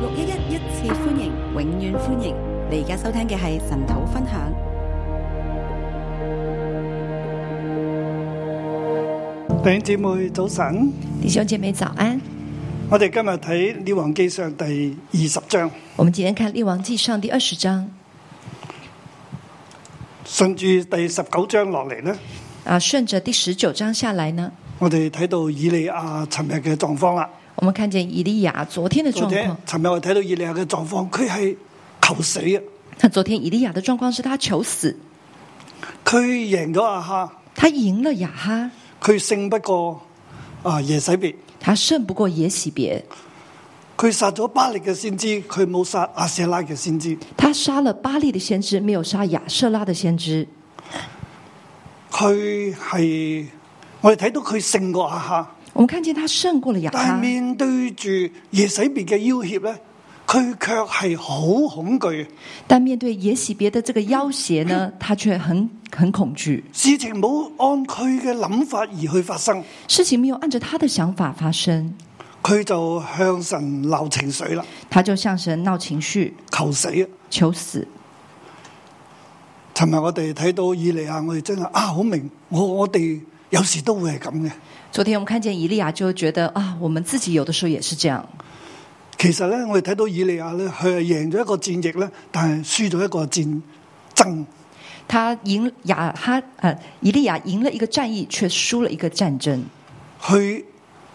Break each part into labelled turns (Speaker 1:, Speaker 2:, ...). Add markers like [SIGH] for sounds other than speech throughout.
Speaker 1: 六一一一次歡迎，永遠歡迎！你而家收聽嘅係神土分享。
Speaker 2: 弟兄姊妹早晨，
Speaker 3: 弟兄姐妹早安。
Speaker 2: 我哋今日睇《列王記上》第二十章，
Speaker 3: 我们今天看《列王纪上》第二十章
Speaker 2: 順住第十九章落嚟呢，
Speaker 3: 啊，顺着第十九章下来呢，
Speaker 2: 我哋睇到以利亞尋日嘅狀況啦。
Speaker 3: 我们看见以利亚昨天的
Speaker 2: 或
Speaker 3: 状
Speaker 2: 者
Speaker 3: 况。
Speaker 2: 尋日我睇到以利亞嘅狀況，佢係求死啊！
Speaker 3: 那昨天以利亞的狀況是他求死，
Speaker 2: 佢贏咗阿哈，
Speaker 3: 他贏了雅哈，
Speaker 2: 佢勝不過啊耶洗別，
Speaker 3: 他勝不過耶洗別，
Speaker 2: 佢殺咗巴力嘅先知，佢冇殺阿舍拉嘅先知，
Speaker 3: 他殺了巴利的先知，沒有殺亞舍拉的先知。
Speaker 2: 佢係我哋睇到佢勝過阿哈。
Speaker 3: 我們看見他勝過了雅
Speaker 2: 但係
Speaker 3: 哈，
Speaker 2: 面對住耶洗別嘅要挟咧，佢卻係好恐懼。
Speaker 3: 但面對耶洗別的這個要脅呢，他卻很很恐懼。
Speaker 2: 事情冇按佢嘅諗法而去發生，
Speaker 3: 事情沒有按着他的想法發生，
Speaker 2: 佢就向神鬧情緒啦，
Speaker 3: 他就向神鬧情緒，
Speaker 2: 求死啊！
Speaker 3: 求死。
Speaker 2: 尋日我哋睇到以利亞，我哋真係啊好明，我我哋有時都會係咁嘅。
Speaker 3: 昨天我們看見以利亞，就覺得啊，我們自己有的時候也是這樣。
Speaker 2: 其實咧，我哋睇到以利亞咧，佢係贏咗一個戰役咧，但係輸咗一個戰爭。
Speaker 3: 他贏雅哈，呃，以利亞贏了一個戰役，卻輸了一個戰爭，
Speaker 2: 佢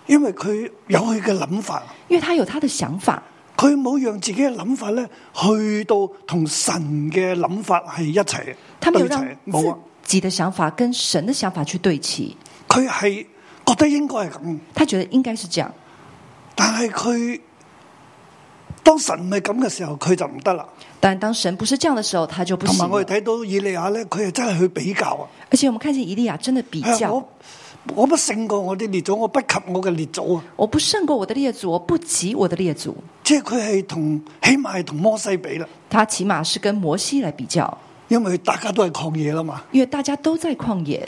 Speaker 2: 因為佢有佢嘅諗法，
Speaker 3: 因為他有他的想法，
Speaker 2: 佢冇讓自己嘅諗法咧去到同神嘅諗法係一齊
Speaker 3: 他沒有
Speaker 2: 對
Speaker 3: 讓
Speaker 2: 齊，冇啊！
Speaker 3: 自己的想法跟神的想法去對齊，
Speaker 2: 佢係覺得應該係咁。
Speaker 3: 他覺得應該是這樣。
Speaker 2: 但係佢當神唔係咁嘅時候，佢就唔得啦。
Speaker 3: 但當神不是啊這樣的時候，他就不
Speaker 2: 同
Speaker 3: 行
Speaker 2: 埋我
Speaker 3: 了。
Speaker 2: 哋睇到以利亞咧，佢係真係去比較啊！
Speaker 3: 而且我們看見以利亞真的比
Speaker 2: 佢話
Speaker 3: 較，
Speaker 2: 哎我我不勝過我啲列祖，我不及我嘅列祖啊！
Speaker 3: 我不勝過我的列祖，我不及我的列祖。
Speaker 2: 即係佢係同起碼係同摩西比啦，
Speaker 3: 他起碼是跟摩西來比較，
Speaker 2: 因為大家都係抗野啦嘛。
Speaker 3: 因為大家都在曠野。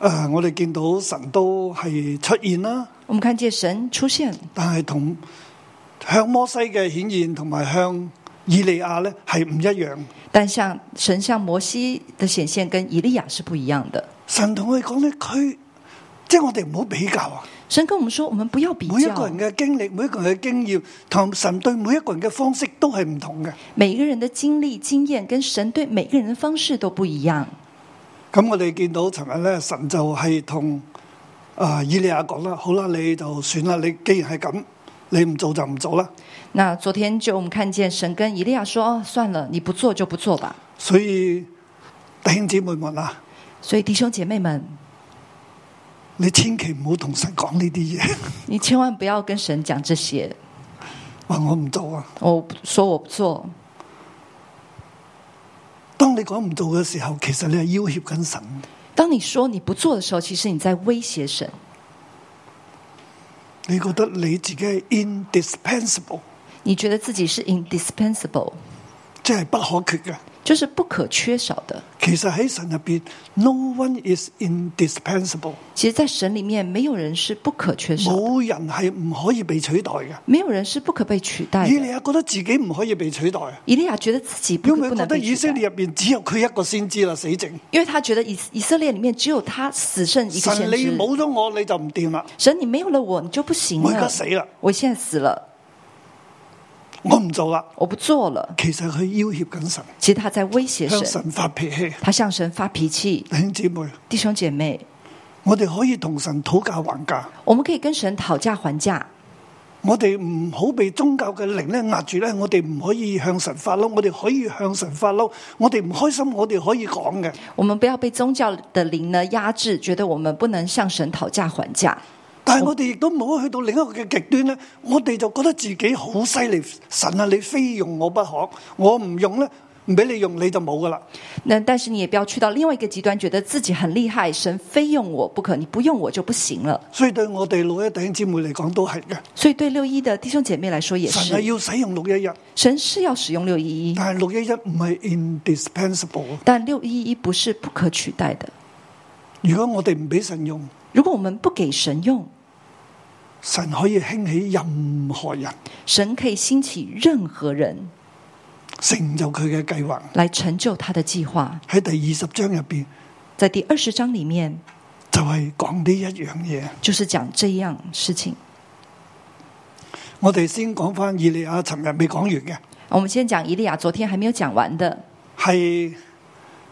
Speaker 2: 誒、我哋見到神都係出現啦，
Speaker 3: 我們看見神出現，
Speaker 2: 但係同向摩西嘅顯現同埋向以利亞咧係唔一樣。
Speaker 3: 但像神像摩西的顯現跟以利亞是不一樣的。
Speaker 2: 神同佢講咧，佢即係我哋唔好比較啊！
Speaker 3: 神跟我們說，我們不要比
Speaker 2: 每一
Speaker 3: 較
Speaker 2: 個，人嘅經歷，每一個人嘅經驗，同神對每一個人嘅方式都係唔同嘅。
Speaker 3: 每一個人的經歷、經驗跟神對每個人的方式都不一樣。
Speaker 2: 咁我哋見到尋日咧，神就係同啊以利亞講啦，好啦，你就算啦，你既然係咁，你唔做就唔做啦。
Speaker 3: 那昨天就我們看見神跟以利亞說：“哦，算了，你不做就不做吧。
Speaker 2: 所以弟兄姊妹們啊，”
Speaker 3: 所以弟兄姐妹們，
Speaker 2: 你千祈唔好同神講呢啲嘢，
Speaker 3: 你千萬不要跟神講這些。哦
Speaker 2: 話我唔做啊。
Speaker 3: 我不說我不做，
Speaker 2: 當你講唔做嘅時候，其實你係要挟緊神。
Speaker 3: 當你說你不做的時候，其實你在威脅神。
Speaker 2: 你覺得你自己係 indispensable，
Speaker 3: 你覺得自己是 indispensable，
Speaker 2: 即係不可缺嘅。
Speaker 3: 就是不可缺少的。
Speaker 2: 其實喺神入邊，no one is indispensable。
Speaker 3: 其實，在神裡面，沒有人是不可缺少的，
Speaker 2: 冇人係唔可以被取代嘅。
Speaker 3: 沒有人是不可被取代
Speaker 2: 以利
Speaker 3: 的。
Speaker 2: 亞覺得自己唔可以被取代，啊
Speaker 3: 以利亞覺得自己不
Speaker 2: 因
Speaker 3: 可
Speaker 2: 為
Speaker 3: 不
Speaker 2: 覺
Speaker 3: 能
Speaker 2: 得
Speaker 3: 被
Speaker 2: 以
Speaker 3: 取
Speaker 2: 色
Speaker 3: 代，
Speaker 2: 列入邊只有佢一個先知啦，死剩。
Speaker 3: 因為他覺得以以色列裡面只有他死剩一個
Speaker 2: 神
Speaker 3: 先
Speaker 2: 你
Speaker 3: 知。
Speaker 2: 冇咗我你就唔掂啦，
Speaker 3: 神，你沒有了我，你就不行
Speaker 2: 我而家
Speaker 3: 了。
Speaker 2: 死啦，
Speaker 3: 我現在死了，
Speaker 2: 我唔做啦。
Speaker 3: 我不做了。
Speaker 2: 其實佢要挟緊神，
Speaker 3: 其實他在威脅
Speaker 2: 向
Speaker 3: 神，
Speaker 2: 神發脾氣。
Speaker 3: 他向神發脾氣。
Speaker 2: 弟兄姊妹，
Speaker 3: 弟兄姐妹，
Speaker 2: 我哋可以同神討價還價，
Speaker 3: 我們可以跟神討價還價，
Speaker 2: 我哋唔好被宗教嘅靈咧壓住咧，我哋唔可以向神發嬲，我哋可以向神發嬲，我哋唔開心，我哋可以講嘅。
Speaker 3: 我們不要被宗教的靈呢壓制，覺得我們不能向神討價還價。
Speaker 2: 但係我哋亦都冇去到另一個嘅極端咧，我哋就覺得自己好犀利，神啊，你非用我不可，我唔用咧，唔俾你用你就冇噶啦。
Speaker 3: 那但是你也不要去到另外一個極端，覺得自己很厲害，神非用我不可，你不用我就不行了。
Speaker 2: 所以對我哋老一弟兄姊妹嚟講都係嘅，
Speaker 3: 所以對六一的弟兄姐妹來說也
Speaker 2: 神係
Speaker 3: 是，
Speaker 2: 要使用六一一，
Speaker 3: 神是要使用六一一，
Speaker 2: 但係六一一唔係 indispensable。
Speaker 3: 但六一一不是不可取代的。
Speaker 2: 如果我哋唔俾神用，
Speaker 3: 如果我們不給神用，
Speaker 2: 神可以興起任何人
Speaker 3: 神可以兴起任何人
Speaker 2: 成就佢嘅計劃。
Speaker 3: 来成就他的计划。
Speaker 2: 喺第二十章入邊
Speaker 3: 在第二十章里面，
Speaker 2: 就係講呢一樣嘢。
Speaker 3: 就是讲这样事情。
Speaker 2: 我哋先講翻以利亞，尋日未講完嘅，
Speaker 3: 我们先讲以利亚，昨天还没有讲完的
Speaker 2: 係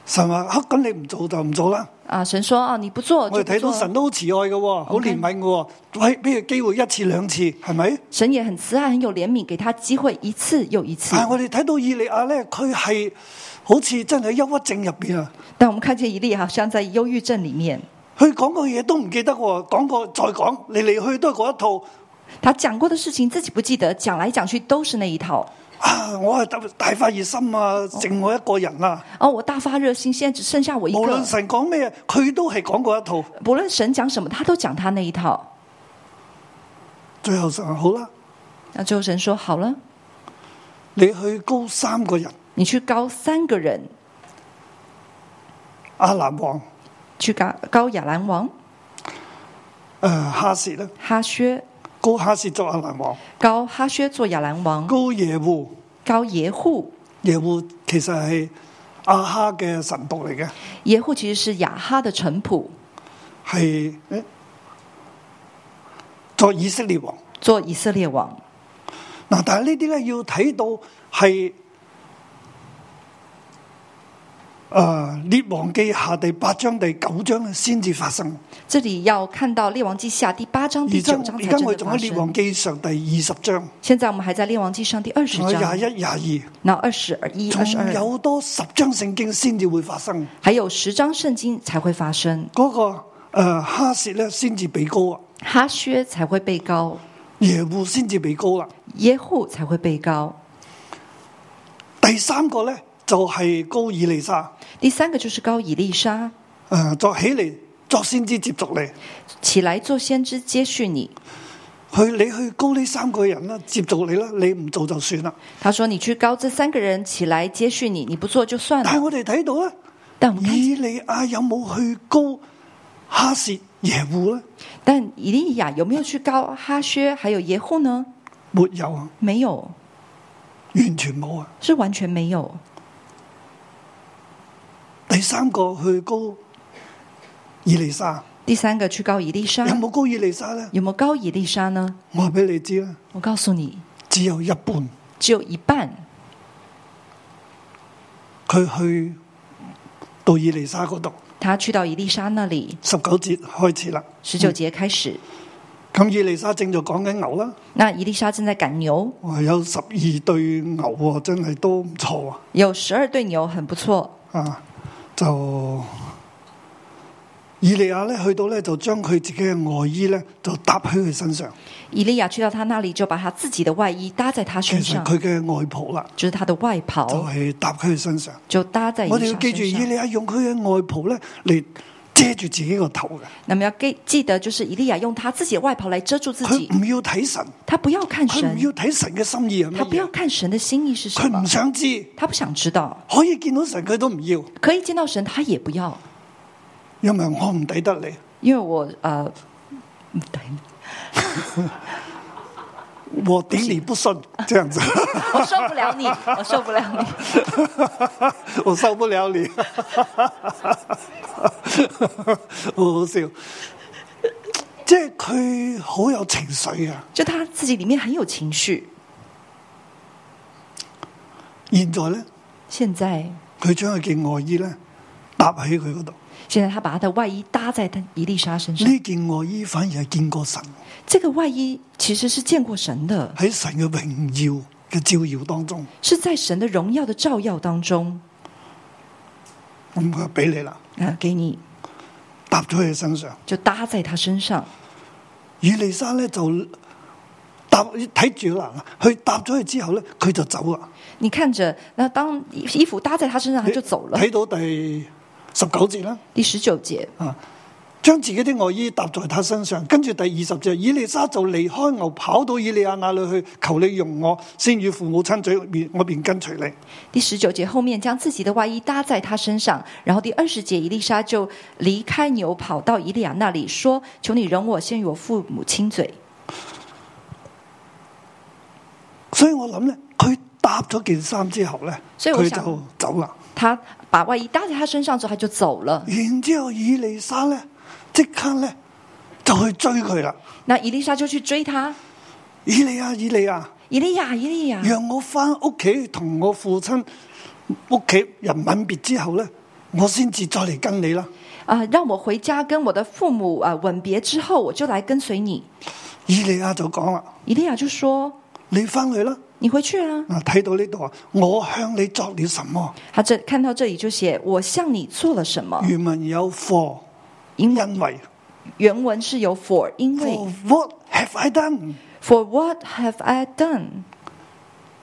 Speaker 2: 神話啊，咁你唔做就唔做啦。
Speaker 3: 啊。神说：哦，你不做
Speaker 2: 我
Speaker 3: 就
Speaker 2: 哋睇
Speaker 3: 不
Speaker 2: 到
Speaker 3: 做
Speaker 2: 神。都好慈愛嘅喎，好
Speaker 3: OK
Speaker 2: 憐憫嘅喎，喂，俾佢機會一次兩次，係咪？
Speaker 3: 神也很慈爱，很有怜悯，给他机会一次又一次
Speaker 2: 但。啊係我哋睇到以利亞咧，佢係好似真係憂鬱症入邊啊！
Speaker 3: 但我们看见以利亚好像在忧郁症里面，
Speaker 2: 佢講過嘢都唔記得喎，講過再講，嚟嚟去都係嗰一套。
Speaker 3: 他讲过的事情自己不记得，讲来讲去都是那一套。
Speaker 2: 啊，我係大大發熱心啊，剩我一個人啊！
Speaker 3: 哦，我大发热心，现在只剩下我一
Speaker 2: 無論
Speaker 3: 个。
Speaker 2: 神講咩，佢都係講過一套。
Speaker 3: 不论神讲什么，他都讲他那一套。
Speaker 2: 最後神話好啦，
Speaker 3: 那最后神说：“好了，
Speaker 2: 你去高三個人，
Speaker 3: 你去高三个人，
Speaker 2: 阿蘭王。
Speaker 3: 去高高亚兰王、
Speaker 2: 诶、呃哈薛咧，
Speaker 3: 哈薛、
Speaker 2: 高哈薛作亞蘭王，
Speaker 3: 高哈薛做亚兰王，
Speaker 2: 高耶户，
Speaker 3: 高耶户，
Speaker 2: 耶户其實係阿哈嘅神仆嚟嘅，
Speaker 3: 耶户其实是雅哈的臣仆，
Speaker 2: 係诶作以色列王。
Speaker 3: 做以色列王。
Speaker 2: 嗱，但係呢啲咧要睇到係诶呃列王記下第八章第九章咧先至發生。
Speaker 3: 这里要看到《列王记下》第八章、
Speaker 2: 而
Speaker 3: 第
Speaker 2: 家
Speaker 3: 九章
Speaker 2: 而
Speaker 3: 才
Speaker 2: 家
Speaker 3: 真
Speaker 2: 我
Speaker 3: 的
Speaker 2: 仲喺
Speaker 3: 发
Speaker 2: 列王
Speaker 3: 生。
Speaker 2: 記上第二十章，
Speaker 3: 现在我们还在《列王记上》第二十
Speaker 2: 仲有
Speaker 3: 章，
Speaker 2: 廿一廿二，
Speaker 3: 那二十二一、二十
Speaker 2: 仲
Speaker 3: 二，
Speaker 2: 哎有多十章聖經先至會發生。
Speaker 3: 还有十章圣经才会发生，
Speaker 2: 嗰、個呃哈薛咧先至被高啊，
Speaker 3: 哈薛才会被高，
Speaker 2: 耶户先至被高啦。
Speaker 3: 耶户才会被高。
Speaker 2: 第三個咧就係高以利沙，
Speaker 3: 第三个就是高以利沙
Speaker 2: 诶、作起嚟作先知接續嚟，
Speaker 3: 起来做先知接续你。
Speaker 2: 佢你去高呢三個人啦，接續你啦，你唔做就算啦。
Speaker 3: 他说：“你去高这三个人起来接续你，你不做就算
Speaker 2: 但係
Speaker 3: 了。
Speaker 2: 我哋睇到咧，”
Speaker 3: 但我们看，
Speaker 2: 以利亞有冇去高哈薛耶户咧？
Speaker 3: 但以利亚有没有去高哈薛还有耶户呢？
Speaker 2: 沒有啊，
Speaker 3: 没有，
Speaker 2: 完全冇啊。
Speaker 3: 是完全没有。
Speaker 2: 第三個去高以利沙，
Speaker 3: 第三个去高以利沙
Speaker 2: 有，冇高以利沙咧？
Speaker 3: 有没有高以利沙呢？
Speaker 2: 我話俾你知啦，
Speaker 3: 我告诉你，
Speaker 2: 只有一半。
Speaker 3: 只有一半。
Speaker 2: 佢去到以利沙嗰度，
Speaker 3: 他去到以利沙那里，
Speaker 2: 十九節開始啦。嗯
Speaker 3: 十九节开始。
Speaker 2: 咁以利沙正在講緊牛啦，
Speaker 3: 那以利沙正在赶牛，
Speaker 2: 哇有十二對牛喎，真係都唔錯啊！
Speaker 3: 有十二对牛，很不错。
Speaker 2: 啊，就以利亞咧去到咧就將佢自己嘅外衣咧就搭喺佢身上，
Speaker 3: 以利亚去到他那里，就把他自己的外衣搭在他
Speaker 2: 其
Speaker 3: 身
Speaker 2: 實
Speaker 3: 上，
Speaker 2: 佢嘅外袍啦
Speaker 3: 就是他的外
Speaker 2: 就
Speaker 3: 袍，
Speaker 2: 係搭喺佢身上。
Speaker 3: 就搭在以
Speaker 2: 我
Speaker 3: 利
Speaker 2: 哋
Speaker 3: 沙
Speaker 2: 要記住，
Speaker 3: 身
Speaker 2: 以
Speaker 3: 上。
Speaker 2: 利亞用佢嘅外袍咧嚟遮住自己個頭嘅，
Speaker 3: 那么要记记得，就是以利亚用他自己的外袍来遮住自己
Speaker 2: 佢，唔要睇神，
Speaker 3: 他不要看
Speaker 2: 佢唔
Speaker 3: 神，
Speaker 2: 要睇神嘅心意係
Speaker 3: 他
Speaker 2: 乜
Speaker 3: 不要
Speaker 2: 嘢，
Speaker 3: 看神的心意是什
Speaker 2: 佢
Speaker 3: 么
Speaker 2: 唔，想知。
Speaker 3: 他不想知道，
Speaker 2: 可以見到神佢都唔要，
Speaker 3: 可以见到神，他也不要，
Speaker 2: 因為我唔抵得你，
Speaker 3: 因为我呃，嗯对
Speaker 2: 我頂你不
Speaker 3: [LAUGHS]
Speaker 2: 信，這樣子，
Speaker 3: [LAUGHS]
Speaker 2: [LAUGHS]
Speaker 3: 我受不了你，我受不了 [LAUGHS] 你。
Speaker 2: 我受不了你， [LAUGHS] 好好笑。即係佢好有情緒啊！
Speaker 3: 就他自己里面很有情绪。
Speaker 2: 現在咧，
Speaker 3: 现在，
Speaker 2: 佢將佢件外衣咧搭喺佢嗰度，
Speaker 3: 现在他把他的外衣搭在他伊丽莎身上，
Speaker 2: 呢件外衣反而係見過神
Speaker 3: 这个外衣其实是见过神的，
Speaker 2: 喺神嘅榮耀嘅照耀當中，
Speaker 3: 是在神的荣耀的照耀当中
Speaker 2: 咁佢俾你啦，
Speaker 3: 啊，给你
Speaker 2: 搭咗佢身上。
Speaker 3: 就搭在他身上。
Speaker 2: 以利沙咧就搭睇住啦，佢搭咗佢之後咧，佢就走啦。
Speaker 3: 你看着，那当衣服搭在他身上，啊他就走了。
Speaker 2: 睇到第十九節啦，
Speaker 3: 第十九节，
Speaker 2: 啊，將自己啲外衣搭在他身上，跟住第二十節，以利沙就離開牛，跑到以利亞那裏去，求你容我，先與父母親嘴面，我便跟隨你。
Speaker 3: 第十九节后面将自己的外衣搭在他身上，然后第二十节，伊丽莎就离开牛，跑到以利亚那里，说：“求你容我先与我父母亲嘴。
Speaker 2: 所以我諗咧，佢搭咗件衫之後咧，
Speaker 3: 所以我
Speaker 2: 佢
Speaker 3: 想
Speaker 2: 就走啦。
Speaker 3: 他把外衣搭在他身上之后，他就走了。
Speaker 2: 然之後以利沙咧，即刻咧就去追佢啦。
Speaker 3: 那伊丽莎就去追他，
Speaker 2: 以利亞，以利亞，
Speaker 3: 伊利亚，伊利亚，
Speaker 2: 讓我翻屋企同我父親屋企人吻別之後咧，我先至再嚟跟你啦。
Speaker 3: 啊、让我回家跟我的父母啊、吻别之后，我就来跟随你。
Speaker 2: 以利亞就講啦：
Speaker 3: 伊利亚就说
Speaker 2: 你翻去啦。：“
Speaker 3: 你回去啊。
Speaker 2: 嗱，睇到呢度啊，我向你作了什麼？”
Speaker 3: 他这看到这里就写：“我向你做了什么
Speaker 2: 原文有 for，？”
Speaker 3: 啊因为
Speaker 2: 因為
Speaker 3: 原文是有 for，因为
Speaker 2: for what have I done？
Speaker 3: for what have I done？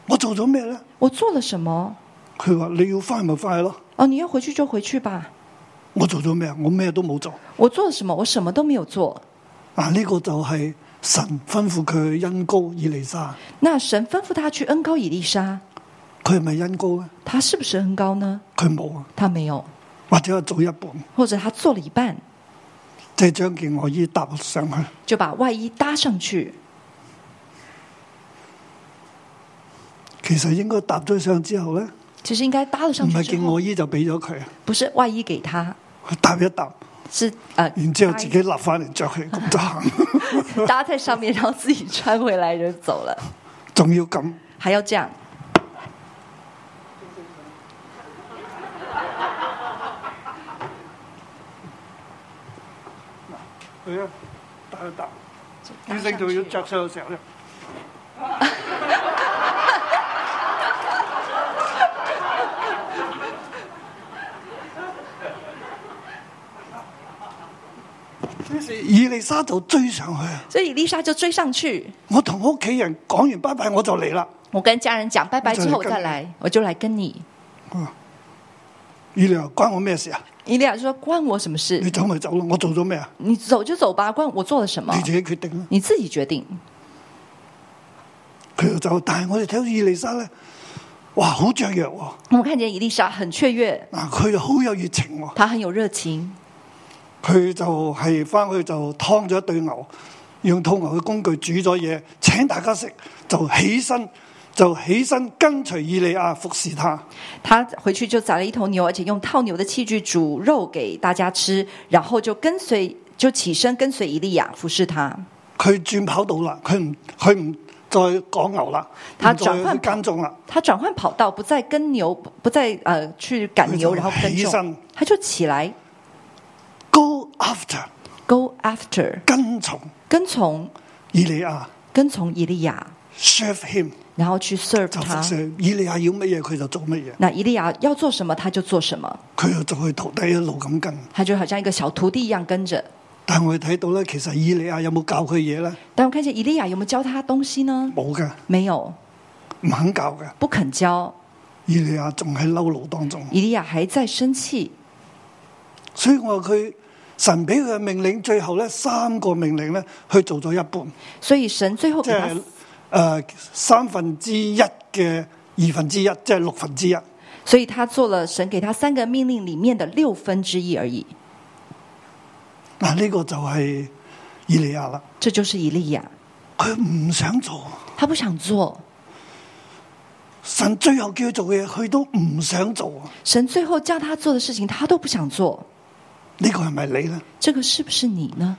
Speaker 2: 我做咗咩咧？
Speaker 3: 我做了什么？
Speaker 2: 佢話你要翻去咪翻去咯。
Speaker 3: 哦，你要回去就回去吧。
Speaker 2: 我做咗咩啊？我咩都冇做。
Speaker 3: 我做了什么？我什么都没有做。
Speaker 2: 啊，呢、個就係神吩咐佢去恩高以利沙，
Speaker 3: 那神吩咐他去恩高以丽莎，
Speaker 2: 佢係咪恩高咧？
Speaker 3: 他是不是恩高呢？
Speaker 2: 佢冇啊，
Speaker 3: 他没有，
Speaker 2: 或者我做一半，
Speaker 3: 或者他做了一半
Speaker 2: 即係將件外衣搭上去。
Speaker 3: 就把外衣搭上去。
Speaker 2: 其實應該搭咗上之後咧，
Speaker 3: 其实应该搭了上
Speaker 2: 唔
Speaker 3: 去
Speaker 2: 係
Speaker 3: 之
Speaker 2: 件
Speaker 3: 后，
Speaker 2: 外衣就俾咗佢，
Speaker 3: 不是外衣给他，
Speaker 2: 佢搭一搭，
Speaker 3: 是呃， [LAUGHS]
Speaker 2: 然之後
Speaker 3: 搭
Speaker 2: 自己立翻嚟着佢，咁就行，
Speaker 3: 搭在上面，然后自己穿回来就走了，
Speaker 2: 仲要咁。
Speaker 3: 还要这样。
Speaker 2: 佢啊，搭一搭，女性就要着上嘅時候咧。於是以利沙就追上去啊！
Speaker 3: 所以丽莎就追上去。
Speaker 2: 我同屋企人講完拜拜，我就嚟啦。
Speaker 3: 我跟家人讲拜拜之后，我再来，我就来跟你。
Speaker 2: 嗯以利亞關我咩事啊？
Speaker 3: 伊利亚说：“关我什么
Speaker 2: 你
Speaker 3: 事？
Speaker 2: 走咪走咯，我做咗咩啊？
Speaker 3: 你走就走吧，关我做了什么
Speaker 2: 你？自己決定啦。
Speaker 3: 你自己决定。
Speaker 2: 佢就走，但係我哋睇到以利沙咧，哇，好雀躍喎！”
Speaker 3: 我们看见伊丽莎很雀跃，
Speaker 2: 嗱，佢就好有熱情喎。
Speaker 3: 她很有热情，
Speaker 2: 佢就係翻去就劏咗一對牛，用套牛嘅工具煮咗嘢，請大家食，就起身就起身跟隨以利亞服侍他。
Speaker 3: 她回去就宰了一头牛，而且用套牛的器具煮肉给大家吃，然后就跟随，就起身跟随伊利亚服侍他。
Speaker 2: 佢轉跑道啦，佢唔佢唔再講牛啦，
Speaker 3: 他
Speaker 2: 唔再
Speaker 3: 轉換
Speaker 2: 去耕種啦，
Speaker 3: 他转换跑道，不再跟牛，不再呃去赶牛，
Speaker 2: 他就
Speaker 3: 然后跟
Speaker 2: 起身
Speaker 3: 种，他就起来
Speaker 2: ，go after
Speaker 3: go after
Speaker 2: 跟從
Speaker 3: 跟从
Speaker 2: 以利亞
Speaker 3: 跟从以利亚，
Speaker 2: ，serve him
Speaker 3: 然后去 serve
Speaker 2: 就
Speaker 3: 他
Speaker 2: 服。侍以利亞要乜嘢佢就做乜嘢，
Speaker 3: 那以利亚要做什么，他就做什么，
Speaker 2: 佢就去徒弟一路咁跟。
Speaker 3: 他就好像一个小徒弟一样跟着。
Speaker 2: 但係我哋睇到咧，其實以利亞有冇教佢嘢咧？
Speaker 3: 但我看见以利亚有没有教他东西呢？
Speaker 2: 冇嘅，
Speaker 3: 没有，
Speaker 2: 唔肯教嘅。
Speaker 3: 不肯教。
Speaker 2: 以利亞仲喺嬲怒當中。
Speaker 3: 以利亚还在生气，
Speaker 2: 所以我話佢神俾佢嘅命令，最後咧三個命令咧，佢做咗一半，
Speaker 3: 所以神最后
Speaker 2: 即
Speaker 3: 给他
Speaker 2: 係诶三分之一嘅二分之一，即係六分之一。
Speaker 3: 所以他做了神给他三个命令里面的六分之一而已。
Speaker 2: 嗱，呢個就係以利亞啦，
Speaker 3: 这就是以利亚，
Speaker 2: 佢唔想做，
Speaker 3: 他不想做，
Speaker 2: 神最後叫佢做嘅嘢，佢都唔想做。
Speaker 3: 神最后叫他做的事情，他都不想做。
Speaker 2: 呢、個係咪你咧？
Speaker 3: 这个是不是你呢？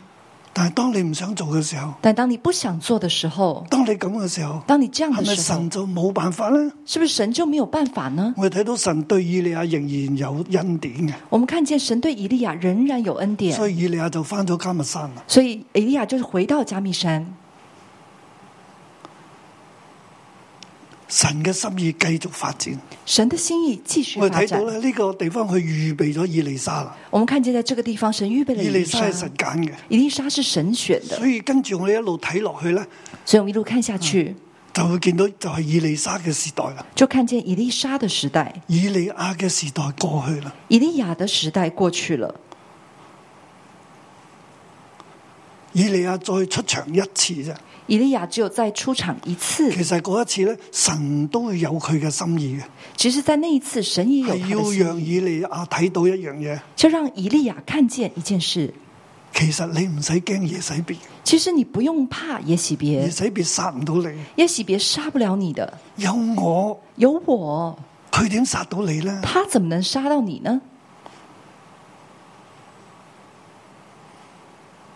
Speaker 2: 但係當你唔想做嘅時候，
Speaker 3: 但当你不想做的时候，
Speaker 2: 當你咁嘅時候，
Speaker 3: 当你这样
Speaker 2: 係
Speaker 3: 的
Speaker 2: 咪
Speaker 3: 时候
Speaker 2: 神，就冇辦法咧？
Speaker 3: 是不是神就没有办法呢？
Speaker 2: 我哋睇到神對以利亞仍然有恩典嘅，
Speaker 3: 我们看见神对以利亚仍然有恩典，
Speaker 2: 所以以利亞就翻咗加密山啦。
Speaker 3: 所以以利亚就是回到加密山，
Speaker 2: 神嘅心意繼續發展。
Speaker 3: 神的心意继续
Speaker 2: 我
Speaker 3: 发
Speaker 2: 哋睇
Speaker 3: 展
Speaker 2: 到。咧呢個地方，佢預備咗以利沙啦。
Speaker 3: 我们看见在这个地方，神预备了
Speaker 2: 以
Speaker 3: 以
Speaker 2: 利
Speaker 3: 利
Speaker 2: 沙
Speaker 3: 莎
Speaker 2: 係，神揀嘅，
Speaker 3: 以利莎是神选的
Speaker 2: 所，以跟住我哋一路睇落去咧，
Speaker 3: 所以我们一路看下去，
Speaker 2: 嗯就會見到就係以利沙嘅時代啦。
Speaker 3: 就看见以利莎的时代，
Speaker 2: 以利亞嘅時代過去啦，
Speaker 3: 以利亚的时代过去了。
Speaker 2: 以利亞再出場一次啫。
Speaker 3: 以利亚只有再出场一次，
Speaker 2: 其實嗰一次咧，神都會有佢嘅心意嘅，
Speaker 3: 其实，在那一次，神也有
Speaker 2: 係
Speaker 3: 他的
Speaker 2: 要
Speaker 3: 心意
Speaker 2: 讓以利亞睇到一樣嘢。
Speaker 3: 就让以利亚看见一件事，
Speaker 2: 其實你唔使驚耶洗別，
Speaker 3: 其实你不用怕耶洗
Speaker 2: 耶
Speaker 3: 别，
Speaker 2: 洗別殺唔到你，
Speaker 3: 耶洗别杀不了你的，
Speaker 2: 有我，
Speaker 3: 有我，
Speaker 2: 佢點殺到你呢？
Speaker 3: 他怎么能杀到你呢？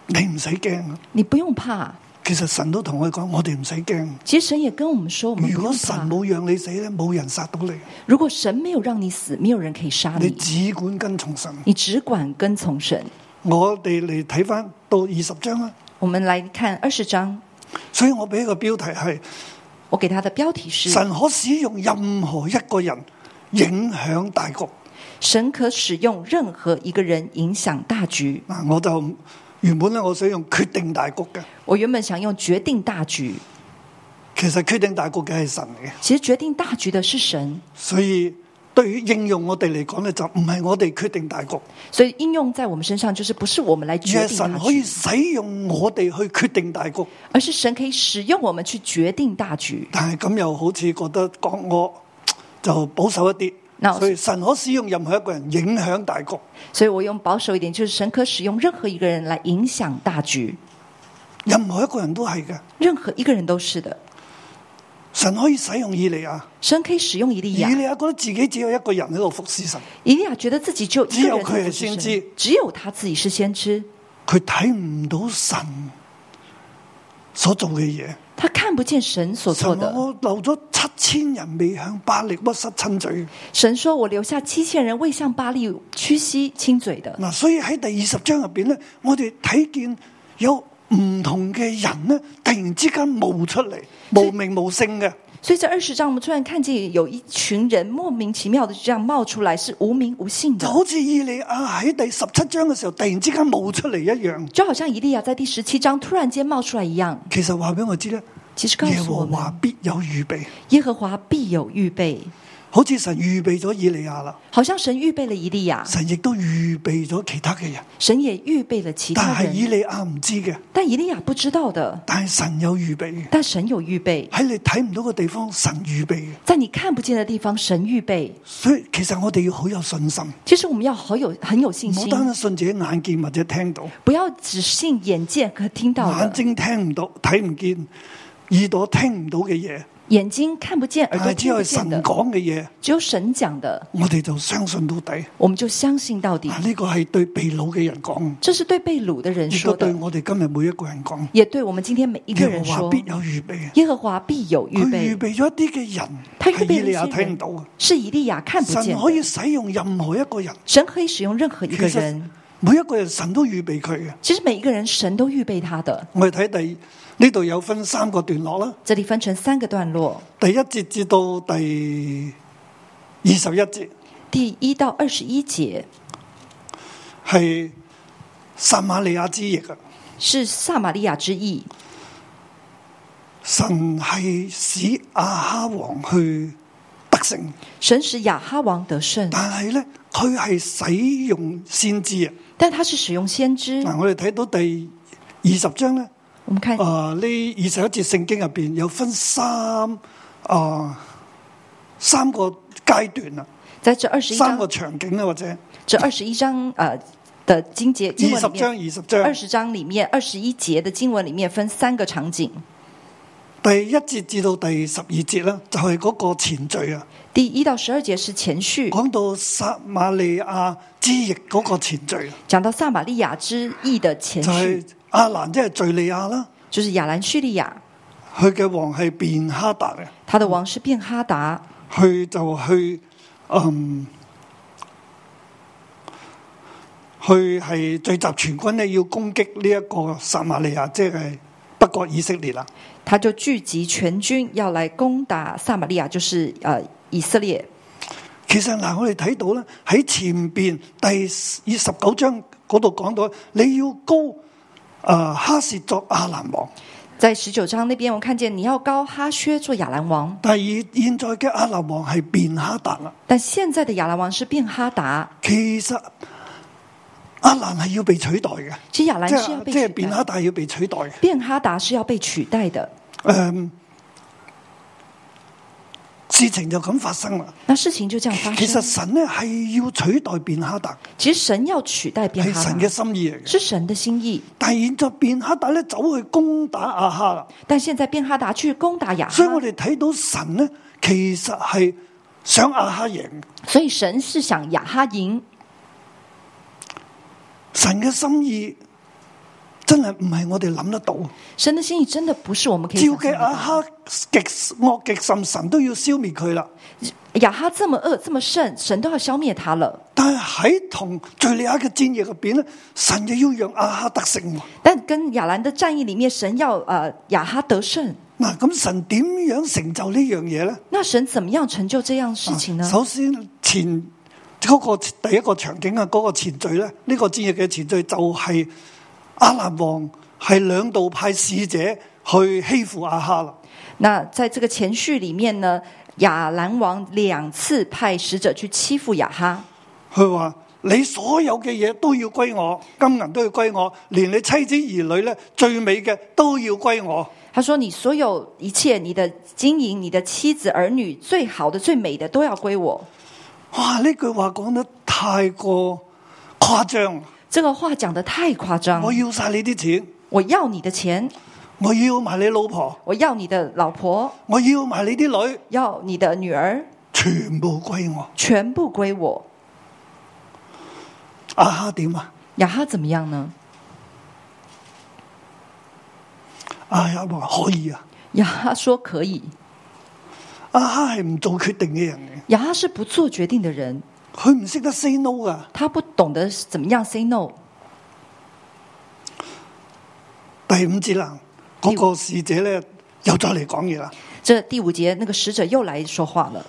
Speaker 2: 你唔使驚。
Speaker 3: 你不用怕，
Speaker 2: 其實神都同我哋講，我哋唔使驚。
Speaker 3: 其实神也跟我们说，我们
Speaker 2: 如
Speaker 3: 不
Speaker 2: 果
Speaker 3: 用
Speaker 2: 神
Speaker 3: 怕。
Speaker 2: 冇讓你死咧，冇人殺到你，
Speaker 3: 如果神没有让你死，没有人可以杀
Speaker 2: 你
Speaker 3: 你，
Speaker 2: 只管跟從神。
Speaker 3: 你只管跟从神。
Speaker 2: 我哋嚟睇翻到二十章啦，
Speaker 3: 我们来看二十章，
Speaker 2: 所以我俾一個標題係
Speaker 3: 我给他的标题是：
Speaker 2: 神可使用任何一個人影響大局。
Speaker 3: 神可使用任何一个人影响大局。
Speaker 2: 嗱，我就原本咧，我想用決定大局嘅，
Speaker 3: 我原本想用决定大局，
Speaker 2: 其實決定大局嘅係神嚟嘅，
Speaker 3: 其实决定大局的是神，
Speaker 2: 所以對於應用我哋嚟講咧，就唔係我哋決定大局，
Speaker 3: 所以应用在我们身上就是不是我们来
Speaker 2: 而係
Speaker 3: 决定
Speaker 2: 神
Speaker 3: 大
Speaker 2: 可以
Speaker 3: 局，
Speaker 2: 使用我哋去決定大局。
Speaker 3: 而是神可以使用我们去决定大局。
Speaker 2: 但係咁又好似覺得講我就保守一
Speaker 3: 嗱
Speaker 2: 啲，
Speaker 3: 我
Speaker 2: 所以神可使用任何一個人影響大局。
Speaker 3: 所以我用保守一点，就是神可使用任何一个人来影响大局，
Speaker 2: 任何一個人都係嘅。
Speaker 3: 任何一个人都是的。
Speaker 2: 神可以使用以利亞，
Speaker 3: 神可以使用以利
Speaker 2: 以
Speaker 3: 亚，
Speaker 2: 利亞覺得自己只有一個人喺度服侍神，
Speaker 3: 以利亚觉得自己只有一个
Speaker 2: 只有
Speaker 3: 人
Speaker 2: 佢係
Speaker 3: 在服侍
Speaker 2: 先
Speaker 3: 神
Speaker 2: 知
Speaker 3: 只有他自己是先知，
Speaker 2: 佢睇唔到神所做嘅嘢。
Speaker 3: 他看不见神所做
Speaker 2: 神話
Speaker 3: 的。
Speaker 2: 我留咗七千人未向巴力屈膝親嘴。
Speaker 3: 神说：“我留下七千人未向巴利屈膝亲嘴的。
Speaker 2: 嗱，所以喺第二十章入邊咧，我哋睇見有唔同嘅人咧，突然之間冒出嚟，無名無姓嘅。”
Speaker 3: 所以这二十章，我们突然看见有一群人莫名其妙的就这样冒出来，是无名无姓
Speaker 2: 就
Speaker 3: 的，
Speaker 2: 好似以利亞喺第十七章嘅時候，突然之間冒出嚟一樣。
Speaker 3: 就好像以利亚在第十七章突然间冒出来一样。
Speaker 2: 其實話俾我知咧，
Speaker 3: 其实告
Speaker 2: 耶
Speaker 3: 诉我
Speaker 2: 和華
Speaker 3: 们，
Speaker 2: 必有預備，
Speaker 3: 耶和华必有预备，
Speaker 2: 好似神預備咗以利亞啦，
Speaker 3: 好像神预备了以利亚，
Speaker 2: 神亦都預備咗其他嘅人，
Speaker 3: 神也预备了其
Speaker 2: 但
Speaker 3: 他
Speaker 2: 係以
Speaker 3: 人，
Speaker 2: 利亞唔知嘅，
Speaker 3: 但以利亚不知道的。
Speaker 2: 但係神有預備嘅，
Speaker 3: 但神有预备，
Speaker 2: 喺你睇唔到嘅地方，神預備嘅。
Speaker 3: 在你看不见的地方，神预备。
Speaker 2: 所以其實我哋要好有信心，唔
Speaker 3: 其实我们要好有很有信
Speaker 2: 好
Speaker 3: 心，
Speaker 2: 單單信自己眼見或者聽到，
Speaker 3: 不要只信眼见和听到
Speaker 2: 眼
Speaker 3: 的，
Speaker 2: 睛聽唔到、睇唔見，耳朵聽唔到嘅嘢，
Speaker 3: 眼睛看不见，耳
Speaker 2: 但
Speaker 3: 朵
Speaker 2: 係只
Speaker 3: 听
Speaker 2: 哎有
Speaker 3: 不
Speaker 2: 係神
Speaker 3: 见的，
Speaker 2: 講嘅嘢，
Speaker 3: 只有神讲的，
Speaker 2: 我哋就相信到底。
Speaker 3: 我们就相信到底
Speaker 2: 嗱，。呢個係對被掳嘅人講，
Speaker 3: 这是对被掳的人
Speaker 2: 亦
Speaker 3: 说
Speaker 2: 都對
Speaker 3: 的，
Speaker 2: 我哋今日每一個人講。
Speaker 3: 也对我们今天每一个
Speaker 2: 耶
Speaker 3: 人
Speaker 2: 和
Speaker 3: 说
Speaker 2: 華。必有預備，
Speaker 3: 耶和华必有预
Speaker 2: 佢預
Speaker 3: 备，
Speaker 2: 備咗一啲嘅人，
Speaker 3: 他预
Speaker 2: 係以
Speaker 3: 备
Speaker 2: 利
Speaker 3: 了
Speaker 2: 亞
Speaker 3: 一些
Speaker 2: 睇唔
Speaker 3: 人
Speaker 2: 到嘅。
Speaker 3: 是以利亚看不见
Speaker 2: 神可以
Speaker 3: 的。
Speaker 2: 使用任何一個人，
Speaker 3: 神可以使用任何一
Speaker 2: 其
Speaker 3: 个
Speaker 2: 實
Speaker 3: 人，
Speaker 2: 每一個人神都預備佢嘅。
Speaker 3: 其实每一个人神都预备他的。
Speaker 2: 我哋睇第呢度有分三個段落啦，
Speaker 3: 这里分成三个段落，
Speaker 2: 第一節至到第二十一節
Speaker 3: 第一到二十一节
Speaker 2: 係撒瑪利亞之役啊！
Speaker 3: 是撒玛利亚之役，
Speaker 2: 神係使亞哈王去得勝，
Speaker 3: 神使亚哈王得胜，
Speaker 2: 但係咧佢係使用先知啊！
Speaker 3: 但他是使用先知。
Speaker 2: 嗱，我哋睇到第二十章咧，
Speaker 3: 我们看
Speaker 2: 啊呢二十一節聖經入邊有分三啊、三個階段啊，
Speaker 3: 在这二十一
Speaker 2: 三個
Speaker 3: 章，
Speaker 2: 場景啊啦，或者二
Speaker 3: 这二十一章呃的经节经文
Speaker 2: 十
Speaker 3: 里
Speaker 2: 章、
Speaker 3: 面，
Speaker 2: 二十
Speaker 3: 二
Speaker 2: 章，
Speaker 3: 十章里面二十一节的经文里面分三个场景。
Speaker 2: 第一節至到第十二節啦，就係、嗰個前序啊，
Speaker 3: 第一到十二节是前序，
Speaker 2: 講到撒瑪利亞之役嗰個前序啊，
Speaker 3: 讲到撒玛利亚之役的前
Speaker 2: 就係、
Speaker 3: 序，
Speaker 2: 阿蘭即係敍利亞啦，
Speaker 3: 就是亚兰叙利亚，
Speaker 2: 佢嘅王係便哈達嘅，
Speaker 3: 他的王是便哈达，
Speaker 2: 佢就去嗯。去係聚集全軍咧，要攻擊呢一個撒瑪利亞，即係北國以色列啦。
Speaker 3: 他就聚集全军要来攻打撒玛利亚，就是呃以色列。
Speaker 2: 其實嗱，我哋睇到咧喺前邊第二十九章嗰度講到，你要高啊、哈薛作亞蘭王，
Speaker 3: 在十九章那边，我看见你要高哈薛做亚兰王，
Speaker 2: 但係現現在嘅亞蘭王係便哈達啦。
Speaker 3: 但现在的亚兰王是便哈达，
Speaker 2: 其實亞蘭係要被取代嘅，
Speaker 3: 其实亚兰
Speaker 2: 即
Speaker 3: 是要
Speaker 2: 係
Speaker 3: 被
Speaker 2: 即係
Speaker 3: 取
Speaker 2: 便
Speaker 3: 代
Speaker 2: 哈
Speaker 3: 的，
Speaker 2: 達要被取代嘅。
Speaker 3: 便哈达是要被取代的。
Speaker 2: 誒、嗯，事情就咁發生啦。
Speaker 3: 那事情就这样发
Speaker 2: 其實
Speaker 3: 生。
Speaker 2: 神咧係要取代便哈達，
Speaker 3: 其实神要取代便
Speaker 2: 係
Speaker 3: 哈
Speaker 2: 神嘅
Speaker 3: 达，
Speaker 2: 心意嚟嘅。
Speaker 3: 是神的心意。
Speaker 2: 但係現在便哈達咧走去攻打亞哈啦，
Speaker 3: 但现在啊便哈达去攻打雅哈，
Speaker 2: 所以我哋睇到神咧其實係想亞哈贏。
Speaker 3: 所以神是想雅哈赢。
Speaker 2: 神嘅心意真係唔係我哋諗得到。
Speaker 3: 神的心意真的不是我们可
Speaker 2: 照
Speaker 3: 以想
Speaker 2: 嘅
Speaker 3: 象
Speaker 2: 亞
Speaker 3: 的。
Speaker 2: 哈極惡極甚，神都要消滅佢啦。
Speaker 3: 雅哈这么恶这么甚，神都要消灭他了。
Speaker 2: 但係喺同敘利亞嘅戰役入边咧，神就要讓亞哈得勝喎。
Speaker 3: 但跟亚兰的战役里面，神要呃雅哈得胜。
Speaker 2: 嗱，咁神點樣成就呢樣嘢咧？啊
Speaker 3: 那神怎么样成就这样事啊情呢？
Speaker 2: 首先前嗰、個第一個場景啊，嗰、個前序咧，呢、呢個戰役嘅前序就係阿蘭王係兩度派使者去欺負亞哈啦。
Speaker 3: 那在这个前序里面呢，亚兰王两次派使者去欺负雅哈，
Speaker 2: 佢話：你所有嘅嘢都要歸我，金銀都要歸我，連你妻子兒女咧最美嘅都要歸我。
Speaker 3: 他说：“你所有一切，你的金银、你的妻子、儿女，最好的、最美的，都要归我。
Speaker 2: 哇！呢句話講得太過誇張，”
Speaker 3: 这个话讲的太夸张。
Speaker 2: 我
Speaker 3: 我
Speaker 2: 要晒你啲錢，
Speaker 3: 要你的钱，
Speaker 2: 我要埋你老婆，
Speaker 3: 我要你的老婆，
Speaker 2: 我要埋你啲女，
Speaker 3: 要你的女儿，
Speaker 2: 全部歸我。
Speaker 3: 全部归我。
Speaker 2: 啊哈點啊？
Speaker 3: 雅哈怎么样呢？
Speaker 2: 啊哈話可以啊！
Speaker 3: 雅哈说可以。
Speaker 2: 啊哈係唔做決定嘅人
Speaker 3: 雅哈是不做决定的人，
Speaker 2: 嚟，佢唔識得 say no 噶。
Speaker 3: 他不懂得怎么样 say no。
Speaker 2: 第五節啦，嗰、個使者咧又再嚟講嘢啦。
Speaker 3: 这第五节那个使者又来说话了。